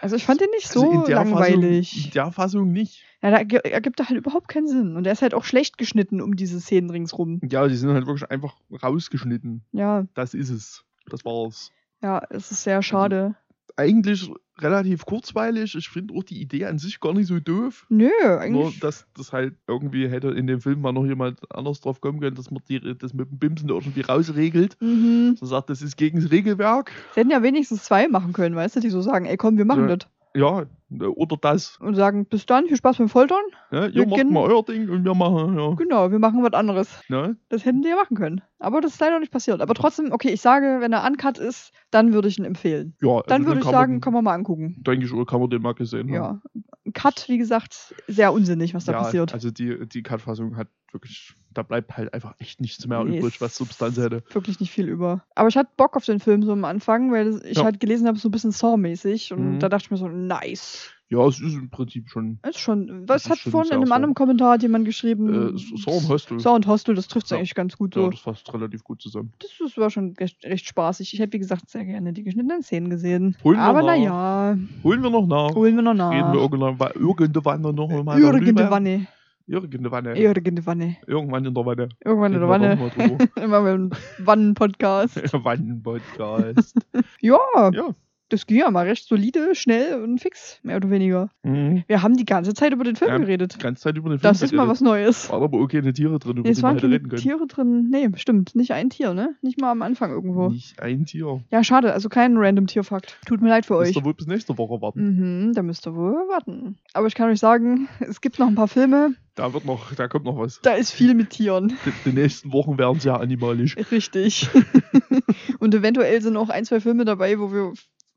Speaker 1: Also ich fand den nicht so
Speaker 2: Also in der Fassung,
Speaker 1: langweilig.
Speaker 2: in der Fassung nicht.
Speaker 1: ja, da ge- ergibt er halt überhaupt keinen Sinn. Und er ist halt auch schlecht geschnitten um diese Szenen ringsrum.
Speaker 2: Ja, die sind halt wirklich einfach rausgeschnitten.
Speaker 1: Ja,
Speaker 2: Das ist es. Das war's.
Speaker 1: ja, es ist sehr schade.
Speaker 2: Eigentlich relativ kurzweilig. Ich finde auch die Idee an sich gar nicht so doof.
Speaker 1: Nö,
Speaker 2: Nur,
Speaker 1: eigentlich.
Speaker 2: dass das halt irgendwie hätte in dem Film mal noch jemand anders drauf kommen können, dass man die, das mit dem Bimsen irgendwie rausregelt.
Speaker 1: Mhm.
Speaker 2: So sagt, das ist gegen das Regelwerk.
Speaker 1: Sie hätten ja wenigstens zwei machen können, weißt du, die so sagen, ey komm, wir machen
Speaker 2: Ja.
Speaker 1: das.
Speaker 2: Ja, ne, oder das.
Speaker 1: Und sagen, bis dann, viel Spaß beim Foltern.
Speaker 2: Ne? Ihr
Speaker 1: Wir
Speaker 2: macht
Speaker 1: kennen-
Speaker 2: mal euer Ding und wir machen. Ja.
Speaker 1: Genau, wir machen was anderes.
Speaker 2: Ne?
Speaker 1: Das hätten die ja machen können. Aber das ist leider nicht passiert. Aber trotzdem, okay, ich sage, wenn er uncut ist, dann würde ich ihn empfehlen.
Speaker 2: ja also
Speaker 1: Dann würde ich
Speaker 2: kann
Speaker 1: sagen,
Speaker 2: man,
Speaker 1: kann man mal angucken.
Speaker 2: denke ich, oder kann man den mal gesehen haben.
Speaker 1: Ja. Cut, wie gesagt, sehr unsinnig, was da
Speaker 2: ja,
Speaker 1: passiert.
Speaker 2: Also die, die Cut-Fassung hat wirklich, da bleibt halt einfach echt nichts mehr
Speaker 1: Nee,
Speaker 2: übrig,
Speaker 1: es
Speaker 2: was Substanz hätte.
Speaker 1: Wirklich nicht viel über. Aber ich hatte Bock auf den Film so am Anfang, weil ich
Speaker 2: Ja.
Speaker 1: halt gelesen habe, so ein bisschen Saw-mäßig. Und
Speaker 2: Mhm.
Speaker 1: da dachte ich mir so, nice.
Speaker 2: Ja, es ist im Prinzip schon
Speaker 1: Ist schon.
Speaker 2: Das
Speaker 1: Das,
Speaker 2: ist
Speaker 1: hat
Speaker 2: schon
Speaker 1: vorhin in
Speaker 2: sehr
Speaker 1: einem
Speaker 2: Saw.
Speaker 1: anderen Kommentar hat jemand
Speaker 2: äh,
Speaker 1: geschrieben.
Speaker 2: Saw im Hostel.
Speaker 1: Saw und Hostel, das trifft es
Speaker 2: Ja.
Speaker 1: eigentlich ganz gut
Speaker 2: Ja,
Speaker 1: so.
Speaker 2: das passt relativ gut zusammen.
Speaker 1: das, das war schon recht, recht spaßig. Ich hätte, wie gesagt, sehr gerne die geschnittenen Szenen gesehen.
Speaker 2: Holen wir
Speaker 1: Aber
Speaker 2: nach.
Speaker 1: naja,
Speaker 2: Holen wir noch nach.
Speaker 1: holen wir noch
Speaker 2: Reden wir
Speaker 1: nach.
Speaker 2: irgendwann, wa- irgendwann noch mal darüber.
Speaker 1: Irgendeine Wanne.
Speaker 2: Irgendwann. ja.
Speaker 1: Irgendeine Wanne.
Speaker 2: Irgendwann in der Wanne.
Speaker 1: Irgendwann in der
Speaker 2: Reden
Speaker 1: Wanne.
Speaker 2: wir doch mal
Speaker 1: Immer mit einem Wannen-Podcast.
Speaker 2: drüber. Wannenpodcast.
Speaker 1: Ja,
Speaker 2: Ja.
Speaker 1: das ging ja mal recht solide, schnell und fix, mehr oder weniger.
Speaker 2: Mhm.
Speaker 1: Wir haben die ganze Zeit über den Film
Speaker 2: Ja,
Speaker 1: geredet.
Speaker 2: Die ganze Zeit über den Ähm, Film.
Speaker 1: Das ist mal
Speaker 2: geredet.
Speaker 1: was Neues.
Speaker 2: Waren aber okay, keine Tiere drin, über
Speaker 1: Nee,
Speaker 2: die
Speaker 1: es
Speaker 2: man
Speaker 1: waren
Speaker 2: hätte
Speaker 1: keine
Speaker 2: reden können.
Speaker 1: Tiere drin. Nee, stimmt. Nicht ein Tier, ne? Nicht mal am Anfang irgendwo.
Speaker 2: Nicht ein Tier.
Speaker 1: Ja, schade. Also kein random Tierfakt. Tut mir leid für euch.
Speaker 2: Müsst ihr wohl bis nächste Woche warten.
Speaker 1: Mhm, da müsst ihr wohl warten. Aber ich kann euch sagen, es gibt noch ein paar Filme,
Speaker 2: Da wird noch, da kommt noch was.
Speaker 1: da ist viel mit Tieren.
Speaker 2: Die, die nächsten Wochen werden sehr animalisch.
Speaker 1: Richtig. Und eventuell sind auch ein, zwei Filme dabei, wo wir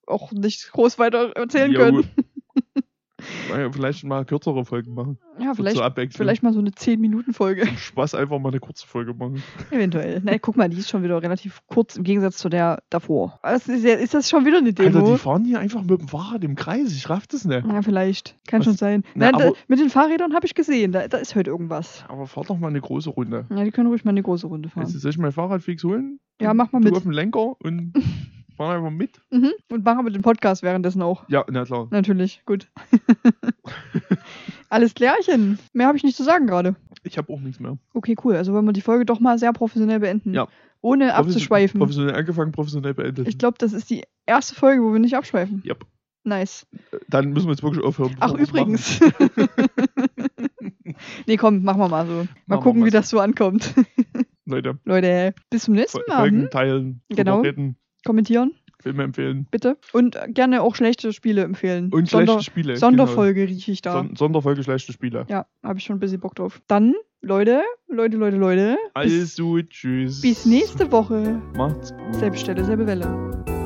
Speaker 1: auch nicht groß weiter erzählen
Speaker 2: Ja,
Speaker 1: können.
Speaker 2: gut. Naja, vielleicht mal kürzere Folgen machen.
Speaker 1: Ja,
Speaker 2: So
Speaker 1: vielleicht,
Speaker 2: zur Abwechslung.
Speaker 1: vielleicht mal so eine 10-Minuten-Folge.
Speaker 2: Spaß einfach mal eine kurze Folge machen.
Speaker 1: Eventuell. Na, guck mal, die ist schon wieder relativ kurz im Gegensatz zu der davor. Das ist, ja, ist das schon wieder eine Demo?
Speaker 2: Alter, Also die fahren hier einfach mit dem Fahrrad im Kreis. Ich raff das nicht.
Speaker 1: Ja, vielleicht. Kann
Speaker 2: Was?
Speaker 1: schon sein.
Speaker 2: Na,
Speaker 1: Nein, da,
Speaker 2: aber-
Speaker 1: mit den Fahrrädern habe ich gesehen. Da, da ist heute irgendwas.
Speaker 2: Aber fahr doch mal eine große Runde.
Speaker 1: Ja, die können ruhig mal eine große Runde fahren.
Speaker 2: Weißt du, soll ich mein Fahrrad fix holen?
Speaker 1: Ja, mach mal
Speaker 2: Du
Speaker 1: mit.
Speaker 2: auf den Lenker und fahren einfach mit.
Speaker 1: Mhm. Und machen wir den Podcast währenddessen auch.
Speaker 2: Ja, na klar.
Speaker 1: Natürlich, gut. Alles klärchen. Mehr habe ich nicht zu sagen gerade.
Speaker 2: Ich habe auch nichts mehr.
Speaker 1: Okay, cool. Also wollen wir die Folge doch mal sehr professionell beenden.
Speaker 2: Ja.
Speaker 1: Ohne abzuschweifen.
Speaker 2: Professionell angefangen, professionell beendet.
Speaker 1: Ich glaube, das ist die erste Folge, wo wir nicht abschweifen.
Speaker 2: Yep.
Speaker 1: Nice.
Speaker 2: Dann müssen wir jetzt wirklich aufhören.
Speaker 1: Ach,
Speaker 2: bevor wir's
Speaker 1: übrigens. nee, komm, machen wir mal so. Mal
Speaker 2: wir
Speaker 1: gucken,
Speaker 2: mal
Speaker 1: wie
Speaker 2: so.
Speaker 1: das so ankommt.
Speaker 2: Machen. Leute,
Speaker 1: Leute, bis zum nächsten
Speaker 2: Fol-
Speaker 1: Mal.
Speaker 2: Folgen
Speaker 1: Hm?
Speaker 2: teilen, drüber
Speaker 1: Genau.
Speaker 2: reden,
Speaker 1: Kommentieren,
Speaker 2: Filme empfehlen.
Speaker 1: bitte. Und äh, gerne auch schlechte Spiele empfehlen.
Speaker 2: Und
Speaker 1: Sonder-
Speaker 2: schlechte Spiele.
Speaker 1: Sonderfolge rieche ich da.
Speaker 2: Genau. Son Sonderfolge schlechte Spiele.
Speaker 1: Ja, habe ich schon ein bisschen Bock drauf. Dann, Leute, Leute, Leute, Leute.
Speaker 2: Also, tschüss.
Speaker 1: Bis, bis nächste Woche.
Speaker 2: Macht's gut.
Speaker 1: Selbststelle, selbe Welle.